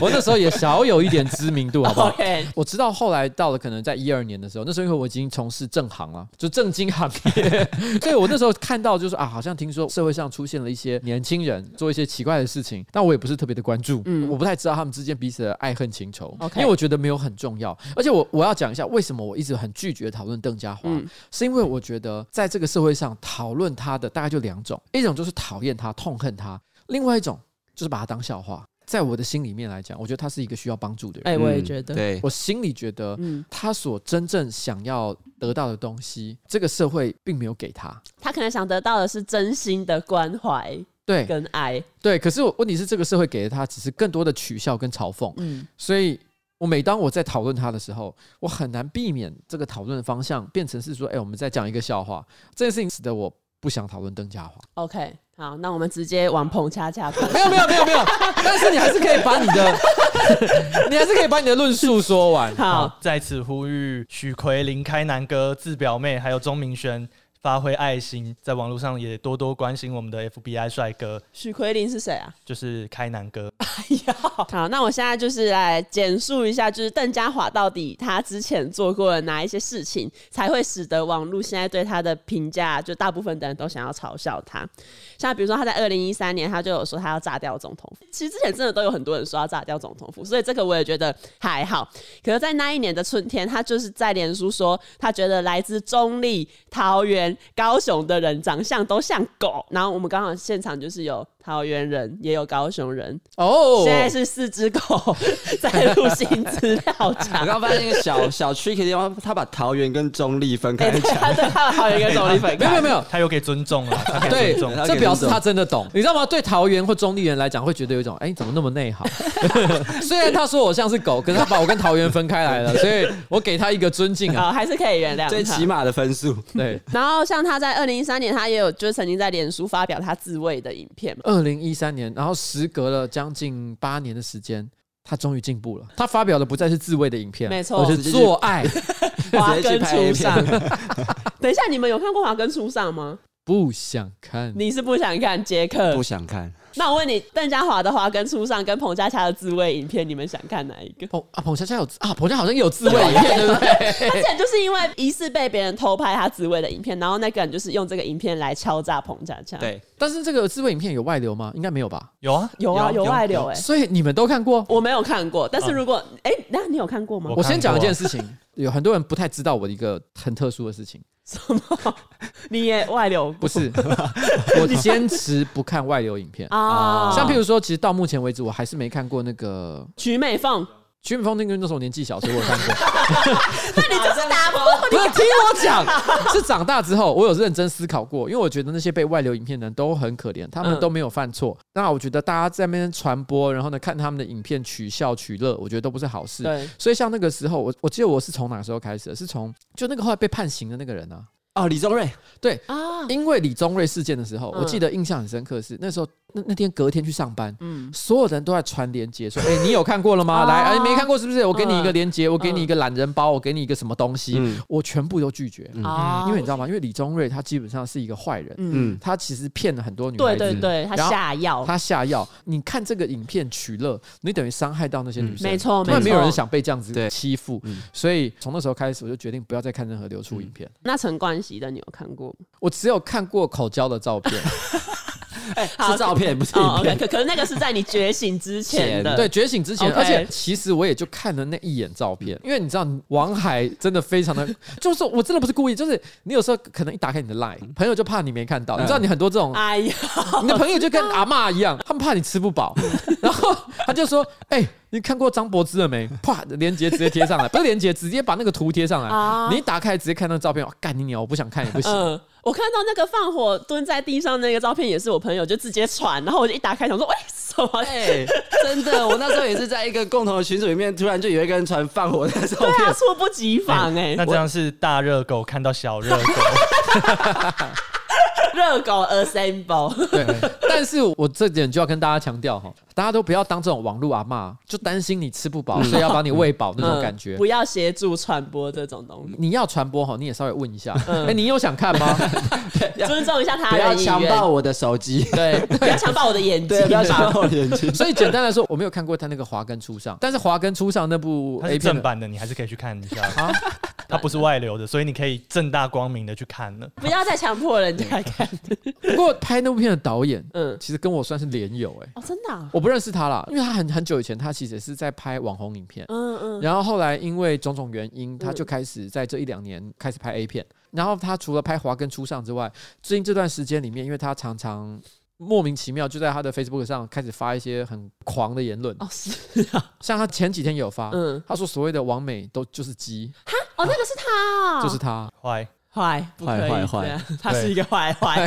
Speaker 2: 我那时候也小有一点知名度，好不好？
Speaker 1: ，OK，
Speaker 2: 我知道后来到了可能在一二年的时候，那时候因为我已经从事正行了，就正经行业，所以我那时候看到就是啊，好像听说社会上出现了一些年轻人做一些奇怪的事情，但我也不是特别的关注，我不太知道他们之间彼此的爱恨情仇
Speaker 1: OK
Speaker 2: 因为我觉得没有很重要。而且我我要讲一下为什么我一直很拒绝讨论邓家华，是因为我觉得在这个社会上讨论他的大概就两种，一种就是讨厌他、痛恨他，另外一种就是把他当笑话。在我的心里面来讲，我觉得他是一个需要帮助的人。
Speaker 1: 哎，我也觉得，
Speaker 3: 嗯对，
Speaker 2: 我心里觉得，
Speaker 1: 嗯，
Speaker 2: 他所真正想要得到的东西，这个社会并没有给他。
Speaker 1: 他可能想得到的是真心的关怀
Speaker 2: 对
Speaker 1: 跟爱，
Speaker 2: 对，可是我问题是，这个社会给了他只是更多的取笑跟嘲讽，
Speaker 1: 嗯，
Speaker 2: 所以我每当我在讨论他的时候，我很难避免这个讨论的方向变成是说，哎、我们在讲一个笑话，这件事情使得我不想讨论邓家华。
Speaker 1: OK，好，那我们直接往彭恰恰过
Speaker 2: 没有没有没有没有， 但是你还是可以把你的， 你还是可以把你的论述说完。
Speaker 1: 好，
Speaker 4: 在此呼吁许奎、林开南哥、自表妹还有钟明轩发挥爱心，在网络上也多多关心我们的 FBI 帅哥，
Speaker 1: 许奎林是谁啊？
Speaker 4: 就是开南哥。
Speaker 1: 好，那我现在就是来简述一下，就是邓家华到底他之前做过了哪一些事情，才会使得网络现在对他的评价，就大部分的人都想要嘲笑他。像比如说他在二零一三年，他就有说他要炸掉总统府。其实之前真的都有很多人说要炸掉总统府，所以这个我也觉得还好。可是，在那一年的春天，他就是在脸书说，他觉得来自中立、桃园、高雄的人长相都像狗。然后我们刚好现场就是有桃园人，也有高雄人，
Speaker 2: 哦，
Speaker 1: 现在是四只狗在录新资料
Speaker 3: 我
Speaker 1: 夹。
Speaker 3: 刚发现一个 小小 tricky 的地方，他把桃园跟中立分开讲。
Speaker 1: 他对他好有一个中立粉
Speaker 2: 没有没有没有，
Speaker 4: 他有给尊重了，他给
Speaker 2: 对
Speaker 4: 尊重。，
Speaker 2: 这表示他真的懂，你知道吗？对桃园或中立人来讲，会觉得有一种，哎、你怎么那么 内行？虽然他说我像是狗，可是他把我跟桃园分开来 了，所以我给他一个尊敬啊。
Speaker 1: 哦好，还是可以原谅
Speaker 3: 最
Speaker 1: 他
Speaker 3: 起。码的分数，
Speaker 2: 对，
Speaker 1: 然后像他在二零一三年，他也有就是曾经在脸书发表他自慰的影片嘛。
Speaker 2: 二零一三年，然后时隔了将近八年的时间。他终于进步了，他发表的不再是自慰的影片，
Speaker 1: 没错
Speaker 2: 而是做爱，
Speaker 1: 华
Speaker 3: 直
Speaker 1: 根
Speaker 3: 接去拍 A
Speaker 1: 初上
Speaker 3: 片。
Speaker 1: 等一下，你们有看过华根初上吗？
Speaker 2: 不想看。
Speaker 1: 你是不想看杰克
Speaker 3: 不？想看。
Speaker 1: 那我问你，邓家华的华根初上跟彭佳佳的自慰影片，你们想看哪一个？
Speaker 2: 彭啊，彭佳佳有啊，彭佳好像有啊自慰影片，对不对？
Speaker 1: 而且就是因为疑似被别人偷拍他自慰的影片，然后那个人就是用这个影片来敲诈彭佳佳。，
Speaker 3: 对，
Speaker 2: 但是这个自慰影片有外流吗？应该没有吧？
Speaker 4: 有啊，
Speaker 1: 有啊，有
Speaker 4: 有
Speaker 1: 外流哎、
Speaker 2: 所以你们都看过？
Speaker 1: 我没有看过，但是如果哎、那你有看过吗
Speaker 4: 我？
Speaker 2: 我先讲一
Speaker 4: 看过
Speaker 2: 件事情，有很多人不太知道我的一个很特殊的事情，
Speaker 1: 什么？ 你也外流
Speaker 2: 不是，我坚持不看外流影片。
Speaker 1: 啊？
Speaker 2: 像譬如说，其实到目前为止，我还是没看过那个
Speaker 1: 曲美凤，
Speaker 2: 徐美峰，那个那时候我年纪小，所以我有 看过。
Speaker 1: 那你就是打破
Speaker 2: 不
Speaker 3: 啊
Speaker 2: 是听我讲，是长大之后，我有认真思考过，因为我觉得那些被外流影片的人都很可怜，他们
Speaker 1: 嗯
Speaker 2: 都没有犯错。那我觉得大家在那边传播，然后呢看他们的影片取笑取乐，我觉得都不是好事。
Speaker 1: 对
Speaker 2: 所以像那个时候，我我记得我是从哪时候开始的？是从就那个后来被判刑的那个人啊。
Speaker 3: 哦，李宗瑞
Speaker 2: 对，
Speaker 1: 啊
Speaker 2: 因为李宗瑞事件的时候，
Speaker 1: 嗯
Speaker 2: 我记得印象很深刻是那时候那那天隔天去上班，嗯，所有人都在传连接，说：“哎、你有看过 了
Speaker 1: 啊
Speaker 2: 吗？来，哎、没看过是不是？我给
Speaker 1: 嗯
Speaker 2: 你一个连接，我给你一个懒人包，我给你一个什么东西。
Speaker 3: 嗯
Speaker 2: 我全部都拒绝，
Speaker 1: 啊
Speaker 2: 嗯因为你知道吗？因为李宗瑞他基本上是一个坏人，
Speaker 1: 嗯，
Speaker 3: 嗯，
Speaker 2: 他其实骗了很多女孩
Speaker 1: 对对
Speaker 2: 子，
Speaker 1: 对，他
Speaker 2: 然后
Speaker 1: 下药，
Speaker 2: 他下药。你看这个影片取乐，你等于伤害到那些女生，
Speaker 1: 嗯没错
Speaker 2: 因为
Speaker 1: 没
Speaker 2: 没有人
Speaker 1: 错。
Speaker 2: 想被这样子
Speaker 3: 对
Speaker 2: 欺负，
Speaker 3: 嗯
Speaker 2: 所以从那时候开始，我就决定不要再看任何流
Speaker 1: 嗯
Speaker 2: 出影片。
Speaker 1: 那陈冠希的你有看过吗？
Speaker 2: 我只有看过口交的照片，
Speaker 1: 好
Speaker 3: 是照片不是
Speaker 1: 哦
Speaker 3: 影
Speaker 1: ，OK，
Speaker 3: 片，
Speaker 1: 可可是那个是在你觉醒之前 的，
Speaker 2: 对，觉醒之前
Speaker 1: OK
Speaker 2: 而且其实我也就看了那一眼照片，因为你知道王海真的非常的，就是我真的不是故意，就是你有时候可能一打开你的 line，朋友就怕你没看到，你知道你很多这种
Speaker 1: 哎呀，
Speaker 2: 你的朋友就跟阿嬷一样，他们怕你吃不饱，
Speaker 1: 嗯
Speaker 2: 然后他就说：“哎、你看过张柏芝了没？”啪，链接直接贴上来，不是链接，直接把那个图贴上来。
Speaker 1: 啊
Speaker 2: 你一打开直接看那个照片，哇干你娘！我不想看也不行。
Speaker 1: 嗯，我看到那个放火蹲在地上那个照片，也是我朋友就直接传，然后我就一打开想说，为什么？
Speaker 3: 哎，真的，我那时候也是在一个共同的群组里面，突然就有一个人传放火的照
Speaker 1: 对啊，
Speaker 3: 片，
Speaker 1: 猝不及防哎、
Speaker 4: 那这样是大热狗看到小热 狗，
Speaker 1: 热狗 assemble，
Speaker 2: 对，但是我这点就要跟大家强调哈，大家都不要当这种网络阿嬷，就担心你吃不饱，所以要把你喂饱那种感觉。
Speaker 1: 嗯嗯不要协助传播这种东西，
Speaker 2: 你要传播哈，你也稍微问一下，哎、你有想看吗？
Speaker 1: 尊重一下他
Speaker 3: 不要
Speaker 1: 人意
Speaker 3: 强
Speaker 1: 愿
Speaker 3: 暴，我的手机，
Speaker 2: 对，
Speaker 1: 不要强暴我的眼睛
Speaker 3: 对，不要强
Speaker 1: 吧。
Speaker 3: 暴我的眼睛。
Speaker 2: 所以简单来说，我没有看过他那个《华根初上》，但是《华根初上》那部
Speaker 4: 它
Speaker 2: A
Speaker 4: 是
Speaker 2: 片
Speaker 4: 正
Speaker 2: 的
Speaker 4: 版的，你还是可以去看一下。
Speaker 2: 啊，
Speaker 4: 它不是外流的，所以你可以正大光明的去看了。
Speaker 1: 不要再强迫人家看，
Speaker 2: 不过拍那部片的导演，嗯
Speaker 1: 嗯，
Speaker 2: 其实跟我算是连友哎、
Speaker 1: 哦，真的啊、
Speaker 2: 我不认识他啦，因为他很很久以前，他其实也是在拍网红影片，
Speaker 1: 嗯嗯，
Speaker 2: 然后后来因为种种原因，他就开始在这一两年开始拍 A 片。然后他除了拍《华根初上》之外，最近这段时间里面，因为他常常莫名其妙就在他的 Facebook 上开始发一些很狂的言论，
Speaker 1: 哦是 啊，
Speaker 2: 像他前几天有发，
Speaker 1: 嗯
Speaker 2: 他说所谓的完美都就是鸡，
Speaker 1: 哦那个是他、哦，
Speaker 2: 就是他。
Speaker 4: 坏，
Speaker 1: 坏，不可以
Speaker 3: 坏坏坏
Speaker 1: 这样，他是一个坏坏，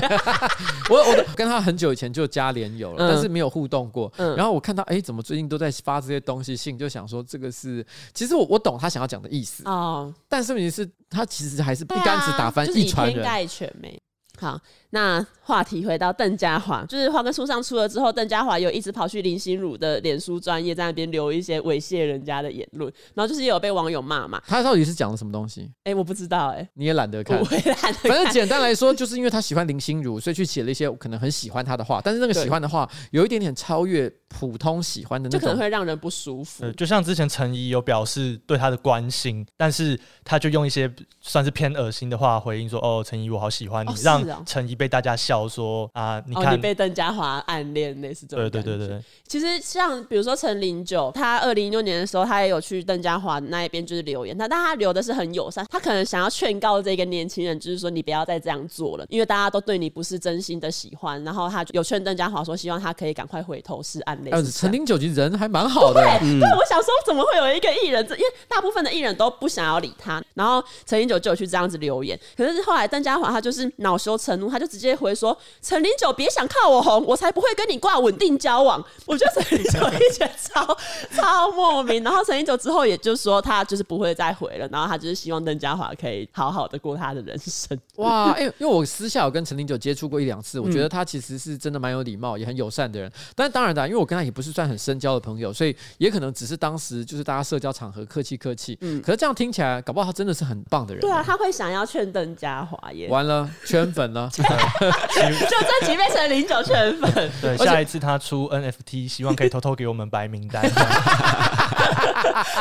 Speaker 2: 我我的跟他很久以前就加连友
Speaker 1: 嗯
Speaker 2: 了，但是没有互动过。
Speaker 1: 嗯
Speaker 2: 然后我看到，哎、怎么最近都在发这些东西信，就想说这个是，其实我我懂他想要讲的意思，
Speaker 1: 哦，
Speaker 2: 但是问题是，他其实还是
Speaker 1: 对
Speaker 2: 一竿子打翻
Speaker 1: 啊、就是
Speaker 2: 一
Speaker 1: 以
Speaker 2: 船
Speaker 1: 偏
Speaker 2: 人。
Speaker 1: 概全没。好，那话题回到邓家华，就是《花跟书》上出了之后，邓家华有一直跑去林心如的脸书专业在那边留一些猥亵人家的言论，然后就是也有被网友骂嘛。
Speaker 2: 他到底是讲了什么东西？
Speaker 1: 哎、我不知道、欸，
Speaker 2: 你也懒得
Speaker 1: 哎，
Speaker 2: 看
Speaker 1: 我。也懒得
Speaker 2: 反正
Speaker 1: 看
Speaker 2: 简单来说，就是因为他喜欢林心如，所以去写了一些我可能很喜欢他的话，但是那个喜欢的话有一点点超越普通喜欢的那
Speaker 1: 就可能
Speaker 2: 种。
Speaker 1: 会让人不舒服
Speaker 4: 呃，。就像之前陈怡有表示对他的关心，但是他就用一些算是偏恶心的话回应说：“哦，陈怡，我好喜欢你。
Speaker 1: 哦是哦
Speaker 4: 让陈怡被大家笑说啊，你
Speaker 1: 哦，
Speaker 4: 看，
Speaker 1: 你被邓家华暗恋类似这种
Speaker 4: 对对
Speaker 1: 感觉
Speaker 4: 对对对，
Speaker 1: 其实像比如说陈零九，他二零一六年的时候，他也有去邓家华那一边就是留言，他但他留的是很友善，他可能想要劝告这个年轻人，就是说你不要再这样做了，因为大家都对你不是真心的喜欢。然后他就有劝邓家华说，希望他可以赶快回头是岸类
Speaker 2: 呃，
Speaker 1: 似这
Speaker 2: 陈
Speaker 1: 样。
Speaker 2: 林九其实人还蛮好的，啊
Speaker 1: 对，对我想说，怎么会有一个艺人这？因为大部分的艺人都不想要理他。然后陈零九就有去这样子留言，可是后来邓家华他就是恼羞成怒，他就直接回说：“陈零九，别想靠我红，我才不会跟你挂稳定交往。”我觉得陈零九一觉得超超莫名。然后陈零九之后也就说他就是不会再回了，然后他就是希望邓家华可以好好的过他的人生。
Speaker 2: 哇，哎、因为我私下有跟陈零九接触过一两次，我
Speaker 1: 嗯
Speaker 2: 觉得他其实是真的蛮有礼貌，也很友善的人。但当然的啊，因为我跟他也不是算很深交的朋友，所以也可能只是当时就是大家社交场合客气客气。可是这样听起来，搞不好他真的是很棒的人。
Speaker 1: 嗯对啊，他会想要劝邓家华 耶，
Speaker 2: 完了，圈粉 了。
Speaker 1: 就这集被陈零九圈粉。
Speaker 4: 呃 对，
Speaker 2: 且
Speaker 4: 下一次他出 NFT，希望可以偷偷给我们白名 单。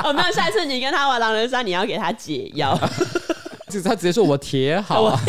Speaker 1: 哦，没有，下一次你跟他玩狼人杀，你要给他解药。
Speaker 2: 就是他直接说我 铁好，啊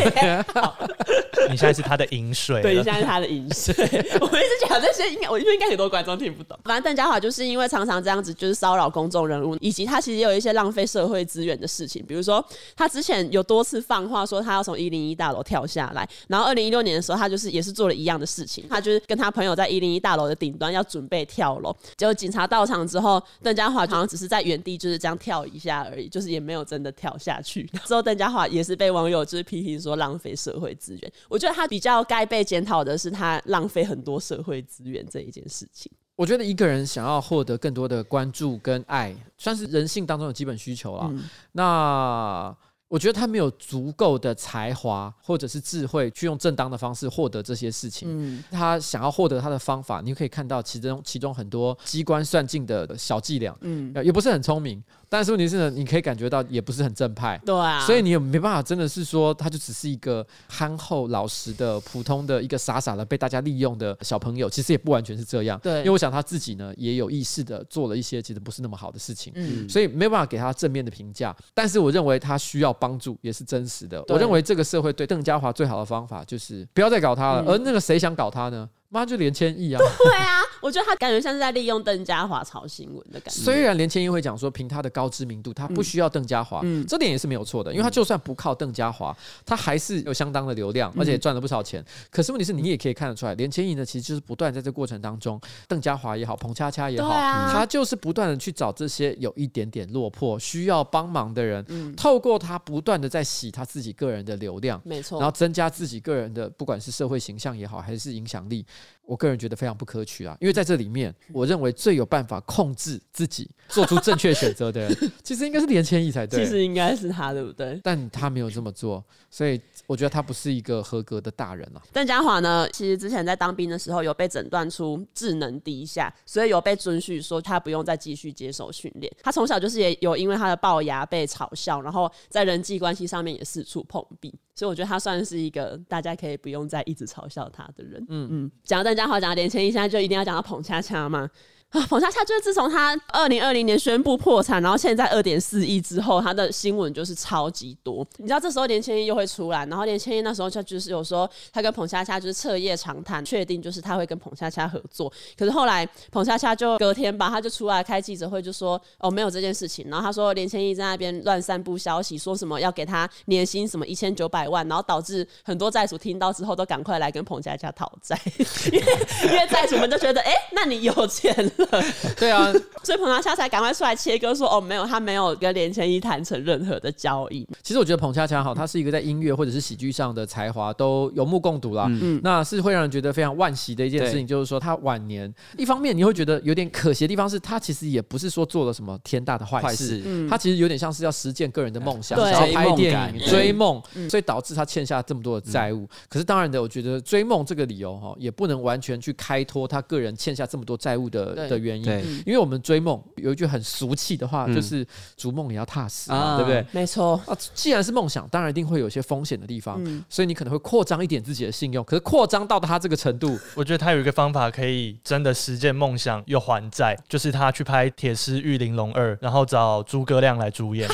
Speaker 4: 你现在是他的饮水
Speaker 1: 对，
Speaker 4: 了
Speaker 1: 现在是他的饮 水。我们一直讲这些，应该我觉得应该很多观众听不懂。反正邓家华就是因为常常这样子，就是骚扰公众人物，以及他其实也有一些浪费社会资源的事情，比如说他之前有多次放话说他要从一零一大楼跳下来，然后二零一六年的时候，他就是也是做了一样的事情，他就是跟他朋友在一零一大楼的顶端要准备跳楼，结果警察到场之后，邓家华好像只是在原地就是这样跳一下而已，就是也没有真的跳下去。 之后邓家华也是被网友就是批评说浪费社会资源，我觉得他比较该被检讨的是他浪费很多社会资源这一件事情。
Speaker 2: 我觉得一个人想要获得
Speaker 1: 嗯
Speaker 2: 更多的关注跟爱，算是人性当中的基本需求啦。那我觉得他没有足够的才华或者是智慧去用正当的方式获得这些事情。
Speaker 1: 嗯，
Speaker 2: 他想要获得他的方法，你可以看到其中其中很多机关算尽的小伎俩，
Speaker 1: 嗯
Speaker 2: 嗯，也不是很聪明，但是问题是呢，你可以感觉到也不是很正派。
Speaker 1: 对啊，
Speaker 2: 所以你也没办法，真的是说他就只是一个憨厚老实的、普通的一个傻傻的被大家利用的小朋友，其实也不完全是这样。
Speaker 1: 对
Speaker 2: 因为我想他自己呢也有意识的做了一些其实不是那么好的事情。
Speaker 1: 嗯
Speaker 2: 所以没有办法给他正面的评价，但是我认为他需要帮助，也是真实的。
Speaker 1: 对
Speaker 2: 我认为这个社会对邓家华最好的方法就是不要再搞他了，
Speaker 1: 嗯
Speaker 2: 而那个谁想搞他呢？妈就连千亿啊！
Speaker 1: 对啊，我觉得他感觉像是在利用邓家华炒新闻的感觉。
Speaker 2: 虽然连千亿会讲说，凭他的高知名度，他不需要邓家华，
Speaker 1: 嗯
Speaker 2: 这点也是没有错的，因为他就算不靠邓家华，他还是有相当的流
Speaker 1: 嗯
Speaker 2: 量，而且赚了不少钱。可是问题是你也可以看得出来，连千亿呢，其实就是不断在这过程当中，邓家华也好，彭恰恰也好，
Speaker 1: 对啊
Speaker 2: 他就是不断的去找这些有一点点落魄、需要帮忙的人，
Speaker 1: 嗯
Speaker 2: 透过他不断的在洗他自己个人的流量。
Speaker 1: 没错，
Speaker 2: 然后增加自己个人的，不管是社会形象也好，还是影响力，我个人觉得非常不可取啊。因为在这里面，
Speaker 1: 嗯
Speaker 2: 我认为最有办法控制自己做出正确选择的人， 其实应该是连千亿才
Speaker 1: 其
Speaker 2: 对。
Speaker 1: 实应该是他，对不对？
Speaker 2: 但他没有这么做，所以我觉得他不是一个合格的大人啊。
Speaker 1: 邓家华呢，其实之前在当兵的时候有被诊断出智能低下，所以有被准许说他不用再继续接受训练。他从小就是也有因为他的龅牙被嘲笑，然后在人际关系上面也四处碰壁，所以我觉得他算是一个大家可以不用再一直嘲笑他的人。嗯嗯，讲到邓家华，讲到连千亿，现在就一定要讲到彭恰恰嘛。啊，彭恰恰就是自从他二零二零年宣布破产，然后现在二点四亿之后，他的新闻就是超级多。你知道这时候连千亿又会出来，然后连千亿那时候他就是有说他跟彭恰恰就是彻夜长谈，确定就是他会跟彭恰恰合作。可是后来彭恰恰就隔天吧，他就出来开记者会，就说哦没有这件事情。然后他说连千亿在那边乱散布消息，说什么要给他年薪什么一千九百万，然后导致很多债主听到之后都赶快来跟彭恰恰讨债， 因为因为债主们就觉得哎、诶那你有钱了，
Speaker 2: 对啊，
Speaker 1: 所以彭恰恰才赶快出来切割说哦没有，他没有跟连千亿谈成任何的交易。
Speaker 2: 其实我觉得彭恰恰好，他是一个在音乐或者是喜剧上的才华都有目共睹啦。
Speaker 3: 嗯
Speaker 1: 嗯
Speaker 2: 那是会让人觉得非常惋惜的一件事情，就是说他晚年一方面你会觉得有点可惜的地方是，他其实也不是说做了什么天大的坏
Speaker 3: 坏
Speaker 2: 事，
Speaker 3: 事，
Speaker 2: 他其实有点像是要实践个人的梦想，
Speaker 1: 嗯对嗯
Speaker 2: 想要拍
Speaker 3: 追梦
Speaker 2: 电
Speaker 3: 感
Speaker 2: 影、追梦，所以导致他欠下这么多的债务。可是当然的，我觉得追梦这个理由哈，也不能完全去开脱他个人欠下这么多债务的
Speaker 1: 对嗯
Speaker 2: 的原因
Speaker 3: 对，
Speaker 2: 因为我们追梦有一句很俗气的话，就是“逐梦也要踏实”，嘛，
Speaker 3: 啊
Speaker 2: 对不对？
Speaker 1: 没错，
Speaker 2: 啊，既然是梦想，当然一定会有一些风险的地方，
Speaker 1: 嗯
Speaker 2: 所以你可能会扩张一点自己的信用。可是扩张到他这个程度，
Speaker 4: 我觉得他有一个方法可以真的实践梦想又还债，就是他去拍《铁狮玉玲珑二》，然后找诸葛亮来 主演。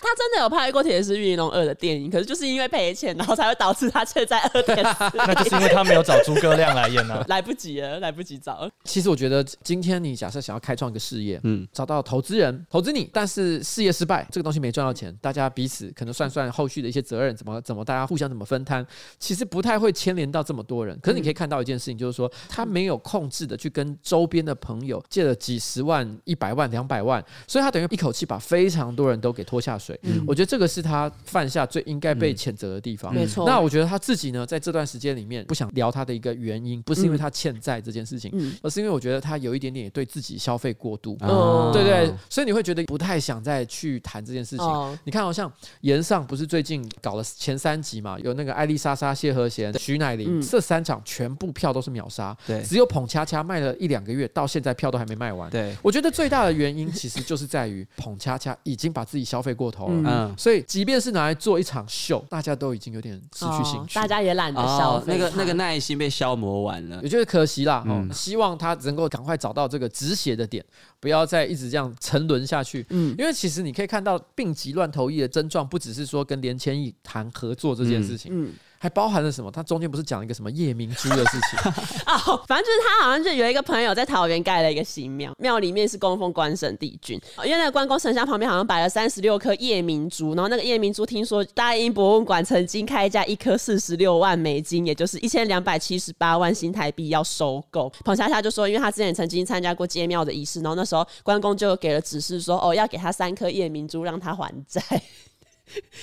Speaker 1: 他真的有拍过《铁石玉玲珑二》的电影，可是就是因为赔钱，然后才会导致他欠债二点。
Speaker 4: 那就是因为他没有找诸葛亮来演啊
Speaker 1: 来不及了， 来不及找。
Speaker 2: 其实我觉得今天你假设想要开创一个事业，
Speaker 3: 嗯，
Speaker 2: 找到投资人投资你，但是事业失败，这个东西没赚到钱，大家彼此可能算算后续的一些责任，怎么怎么大家互相怎么分摊，其实不太会牵连到这么多人。可是你可以看到一件事情，就是说他没有控制的去跟周边的朋友借了几十万、一百万、两百万，所以他等于一口气把非常多人都给拖下水。我觉得这个是他犯下最应该被谴责的地方。
Speaker 1: 没错
Speaker 2: 那我觉得他自己呢，在这段时间里面不想聊他的一个原因，不是因为他欠债这件事情，
Speaker 1: 嗯
Speaker 2: 而是因为我觉得他有一点点也对自己消费过度。
Speaker 3: 啊
Speaker 1: 哦
Speaker 2: 对对，所以你会觉得不太想再去谈这件事情。
Speaker 1: 哦
Speaker 2: 你看、好像岩上不是最近搞了前三集嘛，有那个艾丽莎莎、谢和弦、徐乃麟、
Speaker 1: 嗯
Speaker 2: 这三场全部票都是秒杀，
Speaker 3: 对
Speaker 2: 只有捧恰恰卖了一两个月，到现在票都还没卖完。
Speaker 3: 对，
Speaker 2: 我觉得最大的原因其实就是在于捧恰恰已经把自己消费过头了。
Speaker 3: 嗯，
Speaker 2: 所以，即便是拿来做一场秀，大家都已经有点失去兴趣、
Speaker 1: 哦大家也懒得消
Speaker 3: 哦，
Speaker 1: 费、
Speaker 3: 那个那个耐心被消磨完了
Speaker 2: 我，觉得可惜啦，哦希望他能够赶快找到这个止血的点，不要再一直这样沉沦下去。
Speaker 1: 嗯
Speaker 2: 嗯，因为其实你可以看到病急乱投医的症状，不只是说跟连千亿谈合作这件事情，
Speaker 1: 嗯
Speaker 2: 还包含了什么？他中间不是讲了一个什么夜明珠的事 情？
Speaker 1: 哦，反正就是他好像就有一个朋友在桃园盖了一个新庙，庙里面是供奉关圣帝君，哦因为那个关公神像旁边好像摆了三十六颗夜明珠，然后那个夜明珠听说大英博物馆曾经开价一颗四十六万美金，也就是一千两百七十八万新台币要收购。彭恰恰就说，因为他之前曾经参加过揭庙的仪式，然后那时候关公就给了指示说，哦，要给他三颗夜明珠让他还债。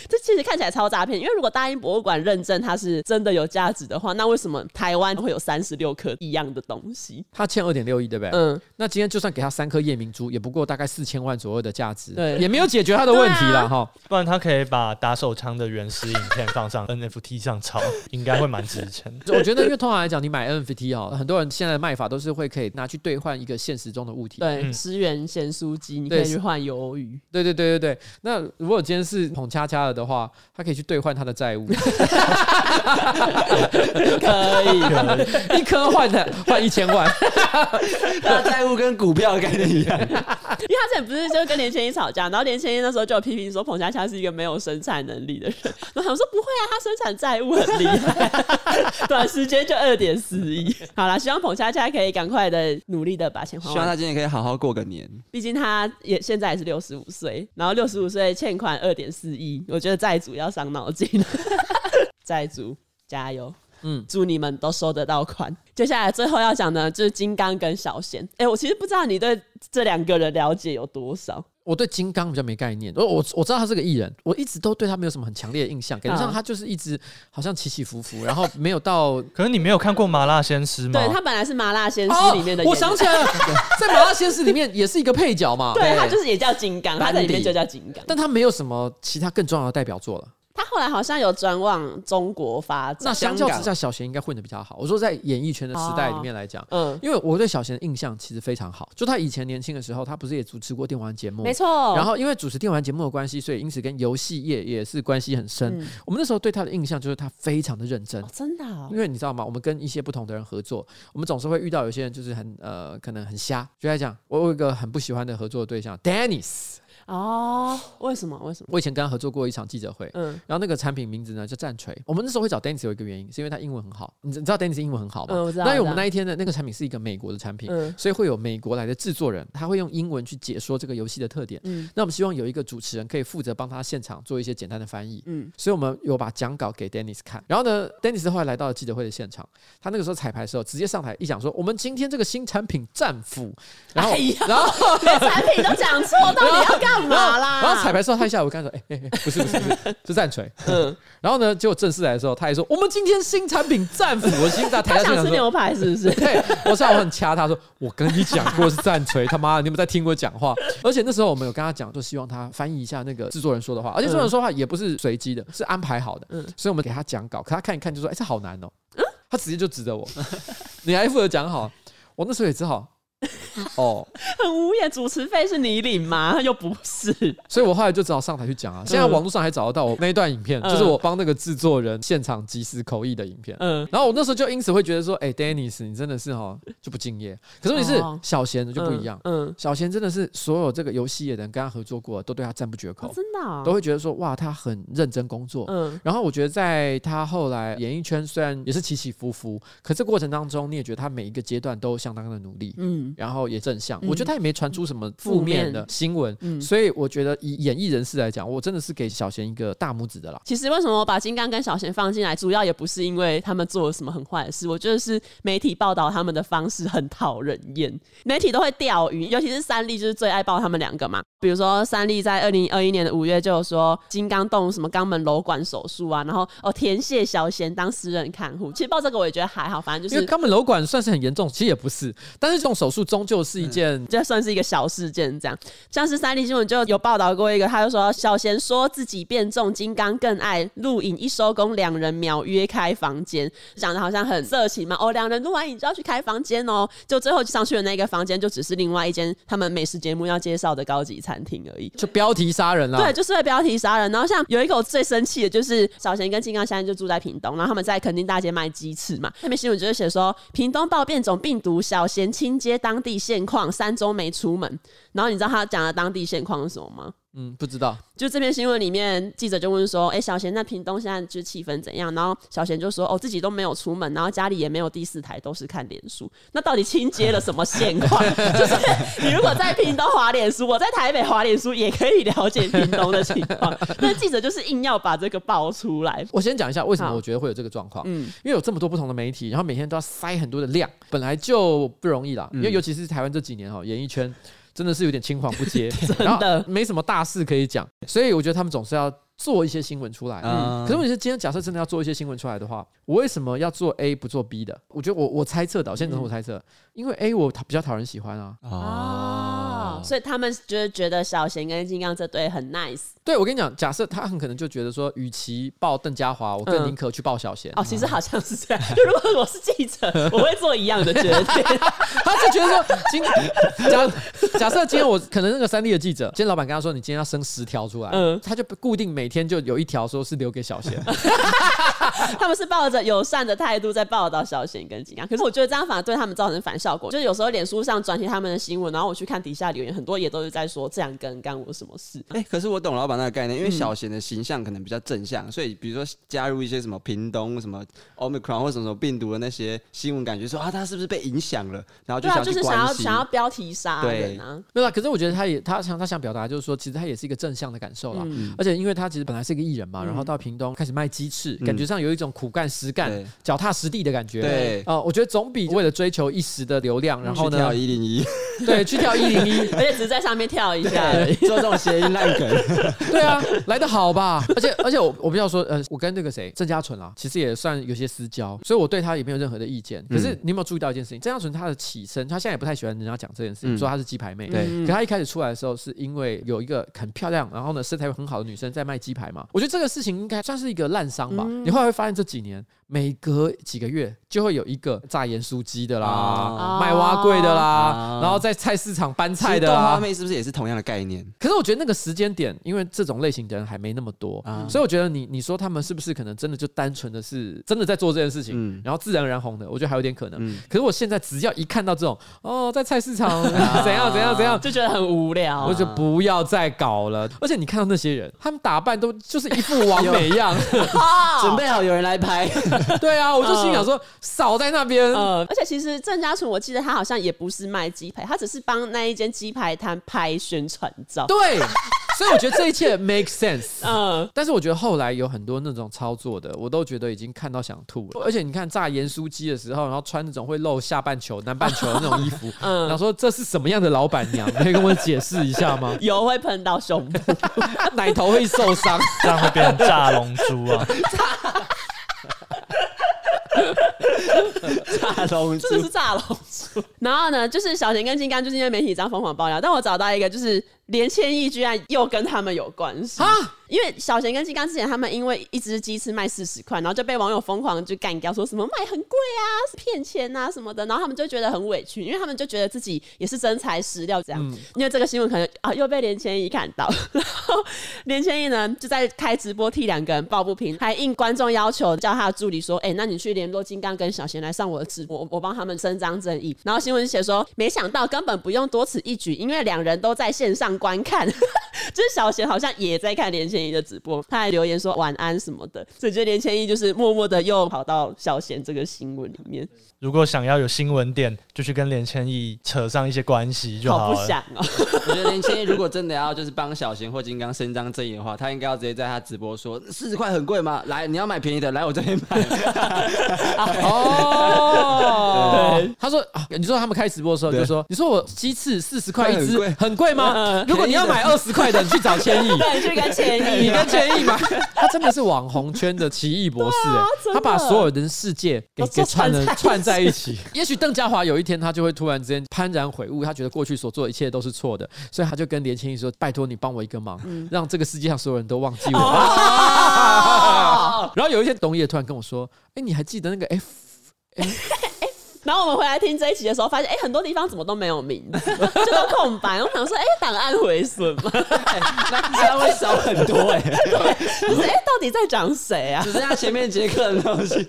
Speaker 1: 这其实看起来超诈骗，因为如果大英博物馆认证它是真的有价值的话，那为什么台湾会有三十六颗一样的东西？
Speaker 2: 他欠二点六亿，对不对？
Speaker 1: 嗯，
Speaker 2: 那今天就算给他三颗夜明珠，也不过大概四千万左右的价值，
Speaker 1: 对啊
Speaker 2: 也没有解决他的问题啦。哈、
Speaker 4: 不然他可以把打手枪的原始影片放上 NFT 上炒，应该会蛮值钱的。
Speaker 2: 我觉得，因为通常来讲，你买 NFT 哦，很多人现在的卖法都是会可以拿去兑换一个现实中的物体。
Speaker 1: 对，
Speaker 4: 嗯
Speaker 1: 十元咸酥鸡，你可
Speaker 2: 对
Speaker 1: 以去换鱿 鱼。
Speaker 2: 对对对对对。那如果今天是捧恰恰了的话，他可以去兑换他的债务，
Speaker 1: 可以，
Speaker 2: 一颗换的换一千万。
Speaker 3: 大债务跟股票的概念一样，
Speaker 1: 因为他之前不是就跟连千一吵架，然后连千一那时候就有批评说彭佳佳是一个没有生产能力的人，然后他们说不会啊，他生产债务很厉害， 短时间就二点四亿。好啦，希望彭佳佳可以赶快的努力的把钱还
Speaker 3: 希望
Speaker 1: 完，
Speaker 3: 他今年可以好好过个年。
Speaker 1: 毕竟他也现在也是六十五岁，然后六十五岁欠款二点四亿，我觉得债主要伤脑筋， 债主加油。
Speaker 2: 嗯
Speaker 1: 祝你们都收得到款。接下来最后要讲的就是金刚跟小贤。哎、我其实不知道你对这两个人了解有多少。
Speaker 2: 我对金刚比较没概念，我我我知道他是个艺人，我一直都对他没有什么很强烈的印象，感觉上
Speaker 1: 嗯
Speaker 2: 他就是一直好像起起伏伏，然后没有 到
Speaker 4: 可是你没有看过《麻辣鲜师》吗？
Speaker 1: 对他本来是麻辣鲜师里面的演员、
Speaker 2: 嗯哦我想起 来了，在《麻辣鲜师》里面也是一个配角嘛。
Speaker 1: 对他就是也叫金刚，他在里面就叫金刚。
Speaker 2: 但他没有什么其他更重要的代表作了。
Speaker 1: 他后来好像有转往中国发展。
Speaker 2: 那相较之下，小贤应该混得比较好。我说在演艺圈的时代里面来讲，
Speaker 1: 嗯，
Speaker 2: 因为我对小贤的印象其实非常好。就他以前年轻的时候，他不是也主持过电玩节目？
Speaker 1: 没。错。
Speaker 2: 然后因为主持电玩节目的关系，所以因此跟游戏业也是关系很深。我们那时候对他的印象就是他非常的认真
Speaker 1: 嗯哦。真的哦、
Speaker 2: 因为你知道吗？我们跟一些不同的人合作，我们总是会遇到有些人就是很呃，可能很瞎。就在讲，我有一个很不喜欢的合作对象，Dennis。
Speaker 1: 哦，为什么？为什么？
Speaker 2: 我以前跟他合作过一场记者会，
Speaker 1: 嗯
Speaker 2: 然后那个产品名字呢叫战锤。我们那时候会找 Dennis 有一个原因，是因为他英文很好。你知你知道 Dennis 英文很好吗？
Speaker 1: 嗯我知道
Speaker 2: 那因为
Speaker 1: 我知
Speaker 2: 我
Speaker 1: 道
Speaker 2: 们那一天的那个产品是一个美国的产品，
Speaker 1: 嗯
Speaker 2: 所以会有美国来的制作人，他会用英文去解说这个游戏的特点。
Speaker 1: 嗯
Speaker 2: 那我们希望有一个主持人可以负责帮他现场做一些简单的翻译。
Speaker 1: 嗯，
Speaker 2: 所以我们有把讲稿给 Dennis 看，然后呢，Dennis 后来来到了记者会的现场，他那个时候彩排的时候，直接上台一讲说，我们今天这个新产品战斧，然后，
Speaker 1: 哎呀
Speaker 2: 然后
Speaker 1: 连产品都讲错，到底要干嘛啦？
Speaker 2: 然后彩排时候，他一下我跟他说：“哎、哎、哎不是不是不 是，是战锤。”嗯，然后呢，结果正式来的时候，他还说：“我们今天新产品战斧。”我心在台
Speaker 1: 他
Speaker 2: 下现
Speaker 1: 想
Speaker 2: 场
Speaker 1: 吃
Speaker 2: 说。
Speaker 1: 牛排是不是？
Speaker 2: 对，我上我很掐他说，我跟你讲过是战锤，他妈的，你有没有在听我讲话？而且那时候我们有跟他讲，就希望他翻译一下那个制作人说的话，而且制作人说话也不是随机的，是安排好的。
Speaker 1: 嗯
Speaker 2: 所以我们给他讲稿，可他看一看就说：“哎、这好难哦、他直接就指着我， 你还负责讲好？我那时候也 只好，哦，
Speaker 1: 很无言，主持费是你领吗？又不是。
Speaker 2: 所以我后来就只好上台去讲啊。现在网络上还找得到我那一段影片，
Speaker 1: 嗯
Speaker 2: 就是我帮那个制作人现场即时口译的影片。
Speaker 1: 嗯，
Speaker 2: 然后我那时候就因此会觉得说，哎、d e n n i s 你真的是哈就不敬业。可是问题是
Speaker 1: 哦
Speaker 2: 小贤就不一样，
Speaker 1: 嗯，嗯
Speaker 2: 小贤真的是所有这个游戏业的人跟他合作过的，都对他赞不绝
Speaker 1: 哦
Speaker 2: 口，
Speaker 1: 真的哦、
Speaker 2: 都会觉得说，哇，他很认真工作。
Speaker 1: 嗯，
Speaker 2: 然后我觉得，在他后来演艺圈虽然也是起起伏伏，可这过程当中，你也觉得他每一个阶段都相当的努力，
Speaker 1: 嗯，
Speaker 2: 然后也正向，
Speaker 1: 嗯
Speaker 2: 我觉得他也没传出什么负面的新闻，
Speaker 1: 嗯
Speaker 2: 所以我觉得以演艺人士来讲，我真的是给小贤一个大拇指的啦。
Speaker 1: 其实为什么我把金刚跟小贤放进来，主要也不是因为他们做了什么很坏的事，我觉得是媒体报道他们的方式很讨人厌，媒体都会钓鱼，尤其是三立就是最爱报他们两个嘛。比如说三立在二零二一年的五月就有说金刚动什么肛门瘘管手术啊，然后哦填写小贤当私人看护，其实报这个我也觉得还好，反正就
Speaker 2: 因为
Speaker 1: 是。
Speaker 2: 肛门瘘管算是很严重，其实也不是，但是这种手术终究
Speaker 1: 嗯
Speaker 2: 是一件。
Speaker 1: 这算是一个小事件，这样像是三立新闻就有报道过一个，他就说小贤说自己变重，金刚更爱录影，一收工两人秒约开房间，讲的好像很色情嘛，哦，两人录完影就要去开房间哦，就最后上去的那个房间就只是另外一间他们美食节目要介绍的高级餐厅而已。
Speaker 2: 就标题杀人啦，
Speaker 1: 对，就是会标题杀人。然后像有一个我最生气的就是小贤跟金刚现在就住在屏东，然后他们在垦丁大街卖鸡翅嘛。那边新闻就是写说，屏东爆变种病毒，小贤亲接当地现况，三周没出门。然后你知道他讲的当地现况是什么吗？
Speaker 2: 嗯，不知道，
Speaker 1: 就这篇新闻里面，记者就问说：“哎、小贤，那屏东现在就气氛怎样？”然后小贤就说：“哦，自己都没有出门，然后家里也没有第四台，都是看脸书。那到底清接了什么现况？ 就是你如果在屏东滑脸书，我在台北滑脸书也可以了解屏东的情况。 但记者就是硬要把这个爆出来。
Speaker 2: 我先讲一下为什么
Speaker 1: 好
Speaker 2: 我觉得会有这个状况，
Speaker 1: 嗯
Speaker 2: 因为有这么多不同的媒体，然
Speaker 1: 嗯
Speaker 2: 哦后每天都要塞很多的量，本来就不容易啦，因为尤其是台湾这几年哈、演艺圈。真的是有点青黄不接，然 后
Speaker 1: 真的
Speaker 2: 没什么大事可以讲，所以我觉得他们总是要做一些新闻出来。啊
Speaker 3: 嗯
Speaker 2: 可是问题是，今天假设真的要做一些新闻出来的话，我为什么要做 A 不做 B 的？我觉得我我猜测的，我现在
Speaker 1: 嗯
Speaker 2: 只是我猜测，因为 A 我比较讨人喜欢啊。
Speaker 3: 嗯
Speaker 1: 哦，所以他们就是觉得小贤跟金刚这对很 nice
Speaker 2: 对我跟你讲，假设他很可能就觉得说，与其抱邓家华，我更
Speaker 1: 嗯
Speaker 2: 宁可去抱小贤。
Speaker 1: 哦，其实好像是这样。就如果我是记者，我会做一样的决定。
Speaker 2: 他就觉得说，今假假设今天我可能那个三 D 的记者，今天老板跟他说你今天要生十条出来，
Speaker 1: 嗯
Speaker 2: 他就固定每天就有一条说是留给小贤，
Speaker 1: 他们是抱着友善的态度在报道小贤跟金刚，可是我觉得这样反而对他们造成反效果。就是有时候脸书上转贴他们的新闻，然后我去看底下留言，很多也都是在说这两个人干我什么事。
Speaker 3: 哎、可是我懂老板那个概念，
Speaker 1: 嗯
Speaker 3: 因为小贤的形象可能比较正向，所以比如说加入一些什么屏东什么 omicron 或什么什么病毒的那些新闻，感觉说啊，他是不是被影响了，然后就
Speaker 1: 对啊，
Speaker 3: 想
Speaker 1: 就
Speaker 3: 去
Speaker 1: 是想
Speaker 3: 关
Speaker 1: 要
Speaker 3: 心。
Speaker 1: 想要标题杀人啊。
Speaker 2: 对啦。可是我觉得他也他想他想表达就是说，其实他也是一个正向的感受啦。
Speaker 1: 嗯
Speaker 2: 而且因为他其实本来是一个艺人嘛，然后到屏东开始卖鸡翅，
Speaker 3: 嗯
Speaker 2: 感觉上有一种苦干实干
Speaker 3: 对、
Speaker 2: 脚踏实地的感觉。
Speaker 3: 对嗯
Speaker 2: 啊、我觉得总比为了追求一时的流量，然后
Speaker 3: 去
Speaker 2: 呢
Speaker 3: 跳，一零 一，
Speaker 2: 对，去跳一零一，
Speaker 1: 而且只是在上面跳一下而已。
Speaker 3: 对， 做这种谐音烂 梗，
Speaker 2: 对啊，来的好吧？而且而且我我不要说，呃，我跟那个谁郑嘉纯啊，其实也算有些私交，所以我对他也没有任何的意
Speaker 3: 嗯
Speaker 2: 见。可是你有没有注意到一件事情？郑嘉纯他的起身，他现在也不太喜欢人家讲这件事情，
Speaker 3: 嗯
Speaker 2: 说他是鸡排妹。
Speaker 3: 对
Speaker 2: 可他一开始出来的时候，是因为有一个很漂亮，然后呢身材又很好的女生在卖鸡排嘛。我觉得这个事情应该算是一个烂伤吧。
Speaker 3: 嗯
Speaker 2: 你后来会发现这几年，每隔几个月就会有一个炸盐酥鸡的啦，
Speaker 3: 啊
Speaker 2: 卖蛙贵的啦，
Speaker 3: 啊
Speaker 2: 然后在菜市场搬菜
Speaker 3: 其实
Speaker 2: 的
Speaker 3: 豆花
Speaker 2: 啦。
Speaker 3: 妹是不是也是同样的概念？
Speaker 2: 可是我觉得那个时间点，因为这种类型的人还没那么多，
Speaker 3: 啊
Speaker 2: 所以我觉得你你说他们是不是可能真的就单纯的是真的在做这件事情，
Speaker 3: 嗯
Speaker 2: 然后自然而然红的，我觉得还有点可能。
Speaker 3: 嗯
Speaker 2: 可是我现在只要一看到这种哦，在菜市 场怎样怎样怎样。
Speaker 1: 就觉得很无聊，
Speaker 3: 啊
Speaker 2: 我就不要再搞了，而且你看到那些人，他们打扮都就是一副完美 样，
Speaker 1: 哦
Speaker 3: 准备好有人来拍，
Speaker 2: 对啊，我就心 想说，少在那边，
Speaker 3: 嗯
Speaker 1: 呃，而且其实郑家纯，我记得他好像也不是卖鸡排，他只是帮那一间鸡排摊拍宣传照。
Speaker 2: 对，所以我觉得这一切 make sense，
Speaker 1: 嗯、？
Speaker 2: 但是我觉得后来有很多那种操作的，我都觉得已经看到想吐了。而且你看炸盐酥鸡的时候，然后穿那种会露下半球、南半球的那种衣 服，然后说这是什么样的老板娘？你可以跟我解释一下 吗
Speaker 1: 油会喷到胸部，
Speaker 2: 奶头会受 伤，
Speaker 4: 这样会变成炸龙珠啊！
Speaker 3: 大龙珠
Speaker 1: 真的是炸龙 珠。然后呢，就是小贤跟金刚就是因为媒体这样疯狂爆料，但我找到一个，就是连千亿居然又跟他们有关系
Speaker 2: 啊
Speaker 1: 因为小贤跟金刚之前他们因为一只鸡翅卖四十块，然后就被网友疯狂就干掉，说什么卖很贵啊、骗钱啊什么的，然后他们就觉得很委屈，因为他们就觉得自己也是真材实料这样。因为这个新闻可能啊又被连千亿看到，然后连千亿呢就在开直播替两个人抱不平，还应观众要求叫他的助理说：“哎、那你去联络金刚跟小贤来上我的直播，我我帮他们伸张正义。”然后新闻就写说，没想到根本不用多此一举，因为两人都在线上观看。 就是小贤好像也在看连千一的直播，他还留言说晚安什么的，所以觉得连千一就是默默的又跑到小贤这个新闻里面，
Speaker 4: 如果想要有新闻点，就去跟连千亿扯上一些关系就
Speaker 1: 好
Speaker 4: 好
Speaker 1: 不
Speaker 4: 了。
Speaker 1: 想哦、
Speaker 3: 我觉得林千一如果真的要就是帮小贤或金刚伸张正义的话，他应该要直接在他直播说四十块很贵吗？来，你要买便宜的，来我这边买。
Speaker 2: 哦，他说啊，你说他们开直播的时候
Speaker 3: 对
Speaker 2: 就说，你说我鸡翅四十块一
Speaker 3: 很
Speaker 2: 只
Speaker 3: 贵，
Speaker 2: 很贵吗
Speaker 1: 嗯？
Speaker 2: 如果你要买二十块的，你去找千亿。
Speaker 1: 对，就跟千一，
Speaker 2: 你跟千亿吗？啊 他真的是网红圈的奇异博士哎、
Speaker 1: 啊真
Speaker 2: 他
Speaker 1: 的
Speaker 2: 把所有人世界给
Speaker 1: 都
Speaker 2: 给串了
Speaker 1: 串在一起
Speaker 2: 串在一起。 也许邓家华有一天他就会突然之间幡然悔悟，他觉得过去所做的一切都是错的，所以他就跟连千亿说：“拜托你帮我一个忙，
Speaker 1: 嗯
Speaker 2: 让这个世界上所有人都忘记我。
Speaker 1: 哦
Speaker 2: 然后有一天董野突然跟我说：“哎、你还记得那个 F？”
Speaker 1: 然后我们回来听这一集的时候，发现哎、诶很多地方怎么都没有名字， 就都空白。我想说，哎、档案毁损嘛，
Speaker 3: 那他会少很多哎、
Speaker 1: 就是哎、诶到底在讲谁啊？
Speaker 3: 只剩下前面杰克的东西。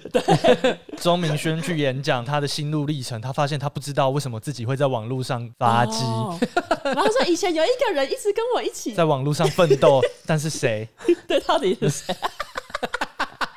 Speaker 4: 钟明轩去演讲，他的心路历程，他发现他不知道为什么自己会在网络上发迹，
Speaker 1: 哦然后说以前有一个人一直跟我一起，
Speaker 4: 在网络上奋斗， 但是谁？
Speaker 1: 对，到底是谁？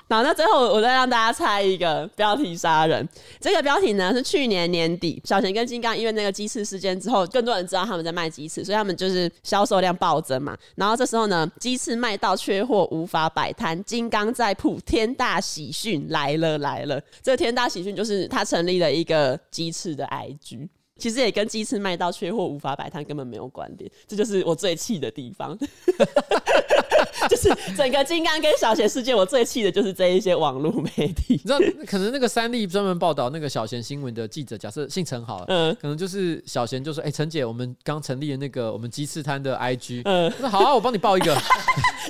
Speaker 1: 好，那最后我再让大家猜一个标题杀人。这个标题呢是去年年底，小贤跟金刚因为那个鸡翅事件之后，更多人知道他们在卖鸡翅，所以他们就是销售量暴增嘛。然后这时候呢，鸡翅卖到缺货，无法摆摊，金刚在铺天大喜讯来了来了。这个天大喜讯就是他成立了一个鸡翅的 IG。其实也跟鸡翅卖到缺货无法摆摊根本没有关联，这就是我最气的地方。 就是整个金刚跟小贤事件，我最气的就是这一些网络媒体
Speaker 2: 你。知道， 可能那个三立专门报道那个小贤新闻的记者，假设姓陈好了，
Speaker 1: 嗯
Speaker 2: 可能就是小贤就说：“哎、陈姐，我们刚成立的那个我们鸡翅摊的 IG。
Speaker 1: 嗯
Speaker 2: 我说：“好啊，我帮你报 一个。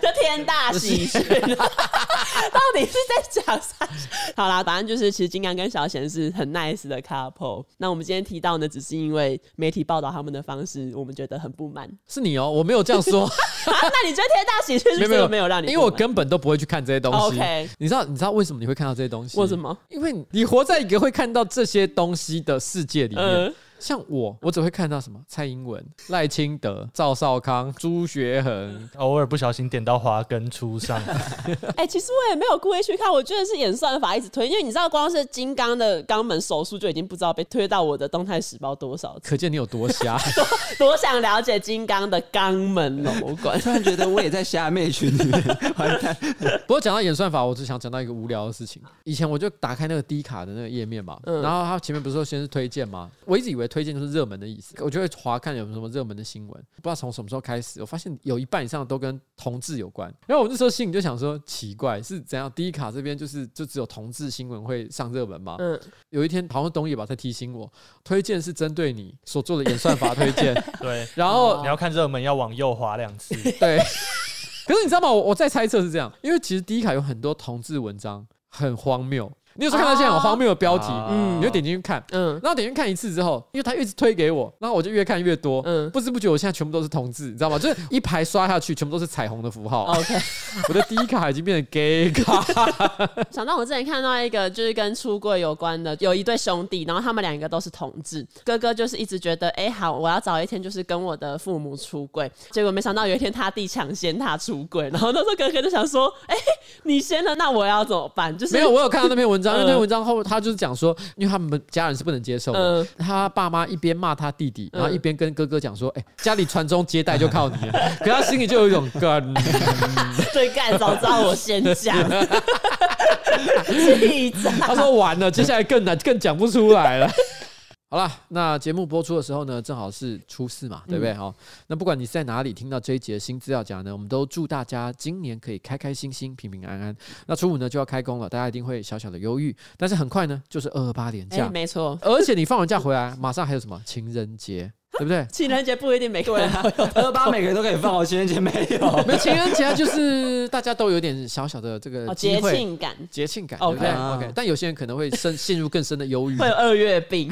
Speaker 1: 这天大喜 讯、啊，到底是在讲啥？好啦，答案就是，其实金刚跟小贤是很 nice 的 couple。那我们今天提到呢，只是因为媒体报道他们的方式，我们觉得很不 满。”
Speaker 2: 是你哦，我没有这样说，
Speaker 1: 啊，那 你觉得天大喜讯是
Speaker 2: 没
Speaker 1: 不
Speaker 2: 有
Speaker 1: 是没有让你不满？
Speaker 2: 因为我根本都不会去看这些东西。
Speaker 1: OK
Speaker 2: 你知道你知道为什么你会看到这些东西？
Speaker 1: 为什 么？
Speaker 2: 因为你活在一个会看到这些东西的世界里面。
Speaker 1: 嗯
Speaker 2: 像我，我只会看到什么蔡英文、赖清德、赵少康、朱学恒，
Speaker 4: 偶尔不小心点到华根初上，
Speaker 1: 哎、其实我也没有故意去看，我觉得是演算法一直推，因为你知道，光是金刚的肛门手术就已经不知道被推到我的动态时报多少次，
Speaker 2: 可见你有多瞎。
Speaker 1: 多想了解金刚的肛门瘘管。
Speaker 3: 突然觉得我也在虾妹群里面，完蛋
Speaker 2: 不过讲到演算法，我只想讲到一个无聊的事情。以前我就打开那个低卡的那个页面嘛，然后它前面不是说先是推荐吗？我一直以为推荐就是热门的意思，我就会划看有没有什么热门的新闻。不知道从什么时候开始，我发现有一半以上都跟同志有关。然后我那时候心里就想说，奇怪是怎样？低卡这边就是就只有同志新闻会上热门吗？
Speaker 1: 嗯，
Speaker 2: 有一天好像东野吧在提醒我，推荐是针对你所做的演算法推荐，
Speaker 4: 对，
Speaker 2: 然后
Speaker 4: 你要看热门要往右滑两次，
Speaker 2: 对。 可是你知道吗？我我在猜测是这样，因为其实第一卡有很多同志文章很荒谬，你有时候看到一些很荒谬的标题，
Speaker 3: 嗯
Speaker 1: 啊
Speaker 2: 你就点进去看。
Speaker 1: 嗯，
Speaker 2: 然后点进去看一次之后，因为他一直推给我，然后我就越看越多，
Speaker 1: 嗯
Speaker 2: 不知不觉我现在全部都是同志，你知道吗？就是一排刷下去，全部都是彩虹的符号。
Speaker 1: OK
Speaker 2: 我的第一卡已经变成 gay 卡，
Speaker 1: 想到我之前看到一个就是跟出柜有关的，有一对兄弟，然后他们两个都是同志。哥哥就是一直觉得，哎、好，我要早一天就是跟我的父母出柜。结果没想到有一天他弟抢先他出柜，然后那时候哥哥就想说，哎、你先了，那我要怎么办？就是
Speaker 2: 没有，我有看到那篇文章，因为
Speaker 1: 嗯
Speaker 2: 那篇文章后他就是讲说，因为他们家人是不能接受的，
Speaker 1: 嗯
Speaker 2: 他爸妈一边骂他弟弟，然后
Speaker 1: 嗯
Speaker 2: 一边跟哥哥讲说，哎、家里传宗接代就靠你了， 可他心里就有一种干。
Speaker 1: 对干，早知道我先讲。 气炸！
Speaker 2: 他说完了，接下来更难，更讲不出来了。 好了，那节目播出的时候呢，正好是初四
Speaker 1: 嗯
Speaker 2: 嘛，对不对？好、那不管你是在哪里听到这一节新资料夹呢，我们都祝大家今年可以开开心心、平平安安。那初五呢就要开工了，大家一定会小小的忧郁，但是很快呢就是二二八连
Speaker 1: 哎、
Speaker 2: 假，
Speaker 1: 没错，
Speaker 2: 而且你放完假回来，马上还有什么情人节，对不对？
Speaker 1: 情人节不一定每个人
Speaker 2: 啊
Speaker 1: 都有。
Speaker 3: 二八每个人都可以放，我情人节没有。
Speaker 2: 没有情人节啊就是大家都有点小小的这个
Speaker 1: 哦
Speaker 2: 机
Speaker 1: 节
Speaker 2: 会
Speaker 1: 庆感
Speaker 2: 节庆感
Speaker 1: OK
Speaker 2: 对不对
Speaker 3: 啊
Speaker 2: OK，但有些人可能会深 陷入更深的忧郁，
Speaker 1: 会有二月 病，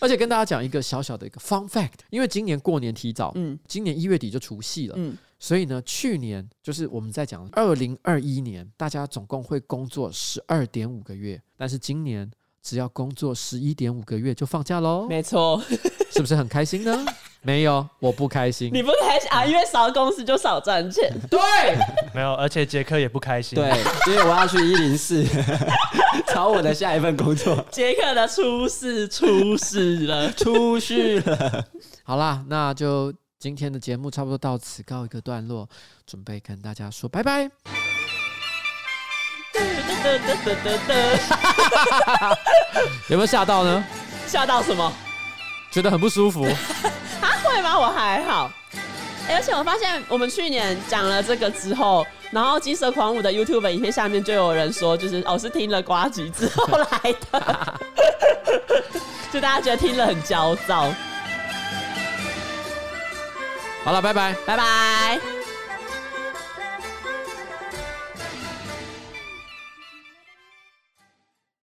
Speaker 2: 而且跟大家讲一个小小的一个 fun fact，因为今年过年提早，
Speaker 1: 嗯
Speaker 2: 今年一月底就除夕了，
Speaker 1: 嗯
Speaker 2: 所以呢，去年就是我们在讲二零二一年，大家总共会工作十二点五个月，但是今年只要工作十一点五个月就放假喽，
Speaker 1: 没错。
Speaker 2: 是不是很开心呢？没有，我不开心。
Speaker 1: 你不开心啊？因为少公司就少赚钱。
Speaker 2: 对，
Speaker 4: 没有，而且杰克也不开心，
Speaker 3: 对，，因为我要去一零四， 找我的下一份工作。，
Speaker 1: 杰克的出事出事了
Speaker 3: 出事了，
Speaker 2: 好啦，那就今天的节目差不多到此告一个段落，准备跟大家说拜拜。
Speaker 1: 得得得得得，
Speaker 2: 有没有吓到呢？
Speaker 1: 吓到什么？
Speaker 2: 觉得很不舒服。
Speaker 1: 啊，会吗？我还好。哎而且我发现我们去年讲了这个之后，然后金蛇狂舞的 YouTube 影片下面就有人说，就是哦是听了瓜吉之后来的， 就大家觉得听了很焦躁。
Speaker 2: 好了，拜拜。
Speaker 1: 拜拜。